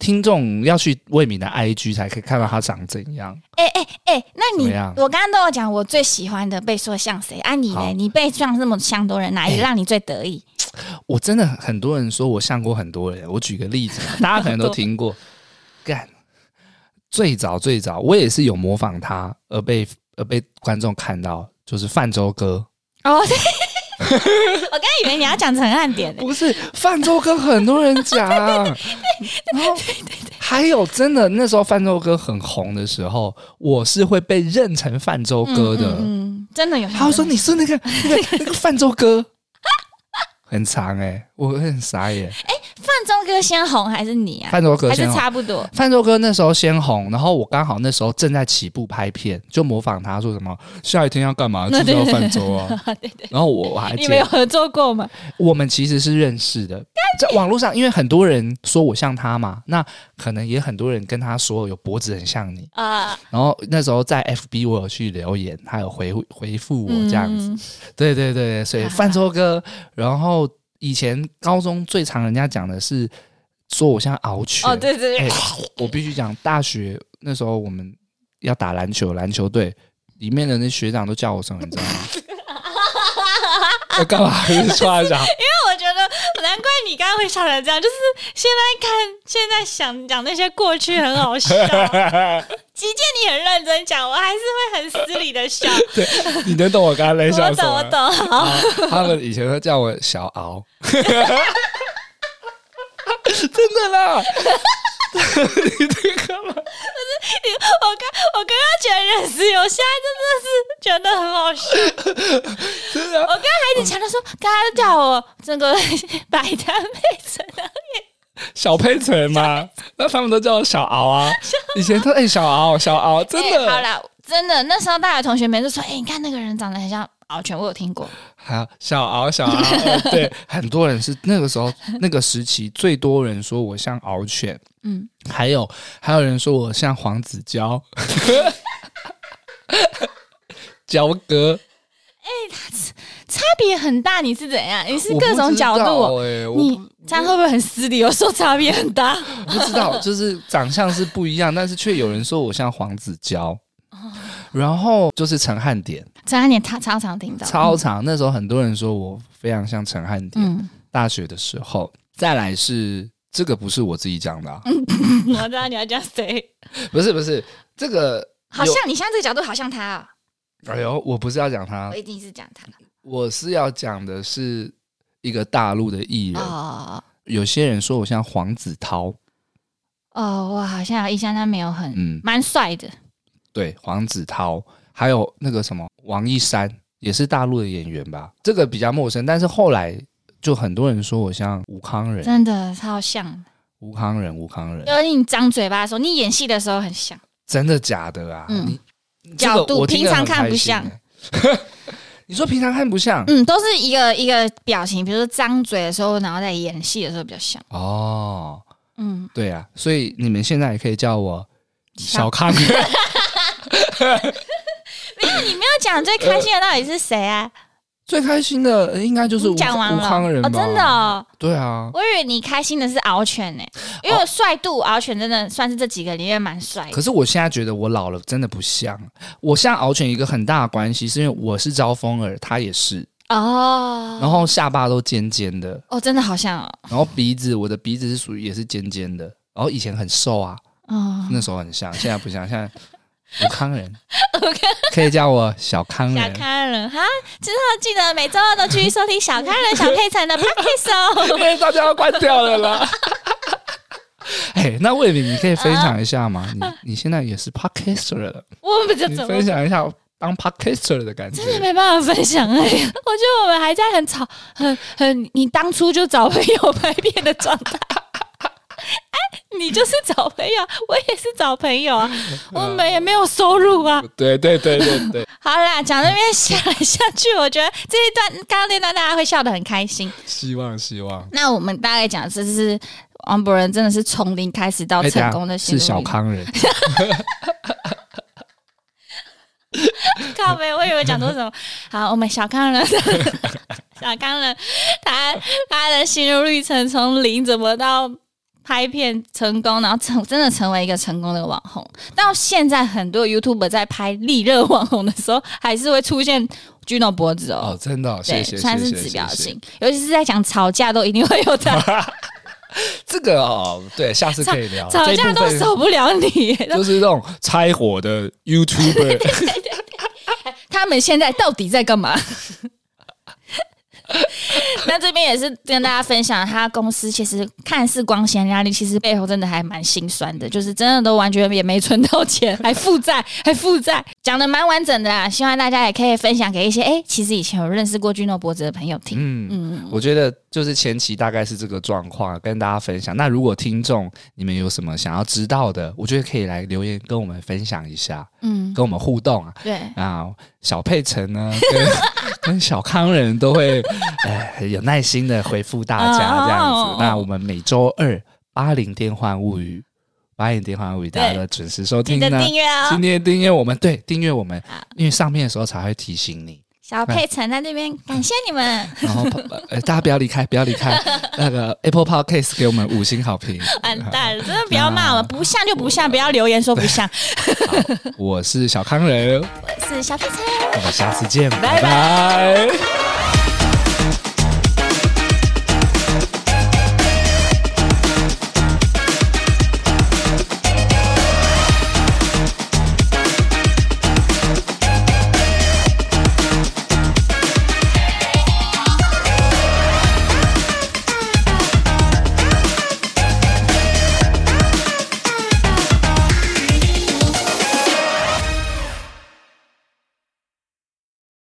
S2: 听众要去魏敏的 IG 才可以看到他长怎样。
S1: 哎哎哎，那
S2: 怎
S1: 你
S2: 么样
S1: 我刚刚都有讲，我最喜欢的被说像谁啊你？
S2: 好
S1: 呢？
S2: 哎
S1: 你被像这么像多人，哪一个让你最得意？
S2: 我真的很多人说我像过很多人，我举个 例子，大家可能都听过。干，最早最早，我也是有模仿他而被而被观众看到，就是泛舟哥。
S1: 哦，对我刚以为你要讲陈汉典呢，
S2: 不是泛舟哥，很多人讲，啊 然后还有真的那时候泛舟哥很红的时候，我是会被认成泛舟哥的。
S1: 嗯，嗯真的有。
S2: 他会说你是 那个那个那个泛舟哥，很长哎、我很傻眼。
S1: 范中哥先红还是你啊？
S2: 泛舟哥
S1: 还是
S2: 先红，
S1: 差不多？
S2: 泛舟哥那时候先红，然后我刚好那时候正在起步拍片，就模仿他说什么下一天要干 嘛，
S1: 对
S2: 就是要
S1: 对
S2: 泛舟啊。然后我我还
S1: 你
S2: 记
S1: 们有
S2: 得
S1: 合作过吗？
S2: 我们其实是认识的，在网络上，因为很多人说我像他嘛，那可能也很多人跟他说有脖子很像你。
S1: 啊，
S2: 然后那时候在 FB 我有去留言，他有回回复我这样子。
S1: 嗯
S2: 对对对 对，所以
S1: 啊
S2: 泛舟哥，然后以前高中最常人家讲的是说我像敖犬。
S1: 哦，对对对
S2: 哎， 我必须讲，大学那时候我们要打篮球，篮球队里面的那学长都叫我什么，你知 道吗？我干嘛？突然 想，
S1: 我觉得难怪你刚刚会笑成这样，就是现在看，现在想讲那些过去很好 笑。即便你很认真讲，我还是会很失礼的笑。
S2: 对，你能懂我刚刚在
S1: 我
S2: 想什
S1: 懂，我
S2: 么？
S1: 懂。好，
S2: 啊他们以前都叫我小 敖，真的啦。 你在干嘛？
S1: 我刚我刚刚觉得认识我现在真的是觉得很好笑。
S2: 真的啊
S1: 我刚刚还一直强调说，刚刚叫我这个 摆摊啊妹子，
S2: 小佩岑 吗？那他们都叫我小敖啊。以前都哎、小敖，小敖， 真
S1: 哎好
S2: 的。
S1: 啦，真的，那时候大学同学每次说，哎、你看那个人长得很像敖犬，我有听过。
S2: 好，小敖，小敖， 呃对，很多人是那个时候那个时期最多人说我像敖犬，
S1: 嗯，
S2: 还有还有人说我像黄子佼， 佼哥。
S1: 差别很大，你是怎样？你是
S2: 我
S1: 各
S2: 不
S1: 种
S2: 知
S1: 角
S2: 道
S1: 度，哦
S2: 欸我
S1: 你这样会不会很失礼？我说差别很大， 哦
S2: 不知道，就是长相是不一样，但是却有人说我像黄子佼。然后就是陈汉典，
S1: 陈汉典他超常听到，
S2: 超长，那时候很多人说我非常像陈汉典。
S1: 嗯，
S2: 大学的时候，再来是这个不是我自己讲的、啊，
S3: 我知道你要讲谁，
S2: 不是不是这个，
S3: 好像你现在这个角度好像他、哦，
S2: 哎呦，我不是要讲他
S3: 我，一定是讲他
S2: 我是要讲的是一个大陆的艺人。
S1: 哦
S2: 有些人说我像黄子韬，
S1: 哦，我好像有印象，他没有很
S2: 嗯，
S1: 蛮帅的，
S2: 对，黄子韬，还有那个什么王一山，也是大陆的演员吧，这个比较陌生，但是后来就很多人说我像吴康仁，
S1: 真的超像的，
S2: 吴康仁，吴康仁，
S1: 就是你张嘴巴的时候，你演戏的时候很像，
S2: 真的假的啊？
S1: 嗯
S2: 你这个
S1: 角度
S2: 我听得很
S1: 平常看
S2: 开
S1: 不
S2: 心
S1: 像
S2: 欸。 你说平常看不像、
S1: 嗯，都是一个一个表情，比如说张嘴的时候，然后在演戏的时候比较像，
S2: 哦，
S1: 嗯，
S2: 对啊，所以你们现在也可以叫我小
S1: 小
S2: 康。
S1: 要讲最开心的到底是谁啊？
S2: 最开心的呃应该就是
S1: 你
S2: 吴
S1: 讲完
S2: 吴
S1: 了
S2: 康仁吧、
S1: 哦，真的、哦，
S2: 对啊，
S1: 我以为你开心的是敖犬呢、因为帅度敖犬真的算是这几个里面蛮帅的
S2: 哦可。是我现在觉得我老了，真的不像。我像敖犬一个很大的关系，是因为我是招风耳，他也是，
S1: 哦，
S2: 然后下巴都尖尖的，
S1: 哦，真的好像哦，
S2: 然后鼻子，我的鼻子是属于也是尖尖的，然后以前很瘦啊，
S1: 哦，
S2: 那时候很像，现在不像，现在吴康 人，可以叫我小康
S1: 小
S2: 人。
S1: 康人哈，之后记得每周二都继续收听小康人、小佩 岑的 podcast 哦。
S2: 因为大家要关掉了啦。 哎，那魏敏，你可以分
S1: 啊
S2: 享一下吗？你你现在也是 podcaster 了，
S1: 我们这
S2: 你
S1: 怎么
S2: 分享一下当 podcaster 的感觉。
S1: 真的没办法分享哎、我觉得我们还在很吵、很很，你当初就找朋友拍片的状 态。哎，你就是找朋友，啊我也是找朋友 啊，
S2: 嗯
S1: 我们也没有收入啊。
S2: 对对对对 对，
S1: 好啦，讲这边下来下去，我觉得这一段刚刚那段大家会笑得很开心。
S2: 希望希望。
S1: 那我们大概讲，这是王博仁真的是从零开始到
S2: 哎等
S1: 成
S2: 下
S1: 功的心
S2: 是
S1: 路历程。
S2: 小康人，
S1: 靠背，我以为讲错 什么。好，我们小康人， 小康人，他他的心路历程从零怎么到拍片成功，然后成真的成为一个成功的网红。到现在，很多 YouTube 在拍历任网红的时候，还是会出现 Gino 脖子哦。
S2: 哦，真 的哦，谢
S1: 对，
S2: 谢，
S1: 算
S2: 谢
S1: 是
S2: 谢
S1: 指
S2: 谢
S1: 标
S2: 谢
S1: 性，尤其是在讲吵架，都一定会有的。
S2: 这个哦，对，下次可以聊。
S1: 吵
S2: 这一
S1: 架
S2: 部
S1: 都
S2: 分
S1: 少不了你。
S2: 就是那种拆火 的 YouTuber，
S1: 他们现在到底在干嘛？ 那这边也是跟大家分享，他公司其实看似光鲜压力，其实背后真的还蛮心酸的，就是真的都完全也没存到钱，还负债， 还负债，讲的蛮完整的啦。希望大家也可以分享给一些哎、诶其实以前有认识过君诺伯子的朋友听。
S2: 嗯。
S1: 嗯，
S2: 我觉得就是前期大概是这个状况，跟大家分享。那如果听众你们有什么想要知道的，我觉得可以来留言跟我们分享一下，
S1: 嗯，
S2: 跟我们互动啊。
S1: 对，
S2: 啊，小佩岑呢，跟 跟小康人都会 哎有耐心的回复大家这样
S1: 哦哦
S2: 子
S1: 哦。
S2: 那我们每周二八零电幻物语，八零电幻物语，大家
S1: 对
S2: 都准时收
S1: 记
S2: 听
S1: 得
S2: 呢。
S1: 订阅哦
S2: 今。天订阅我们，对，订阅我们，因为上面的时候才会提醒你。
S1: 小佩岑在这边感谢 你们，
S2: 然后，呃，大家不要离开，不要离 开。那个 Apple Podcast 给我们五星好评。
S1: 完蛋啊了，真的不要骂我们，不像就不像，不要留言说不像。
S2: 我是小康人，
S1: 我是小佩岑。
S2: 我们下次见，
S1: 拜拜
S2: 拜拜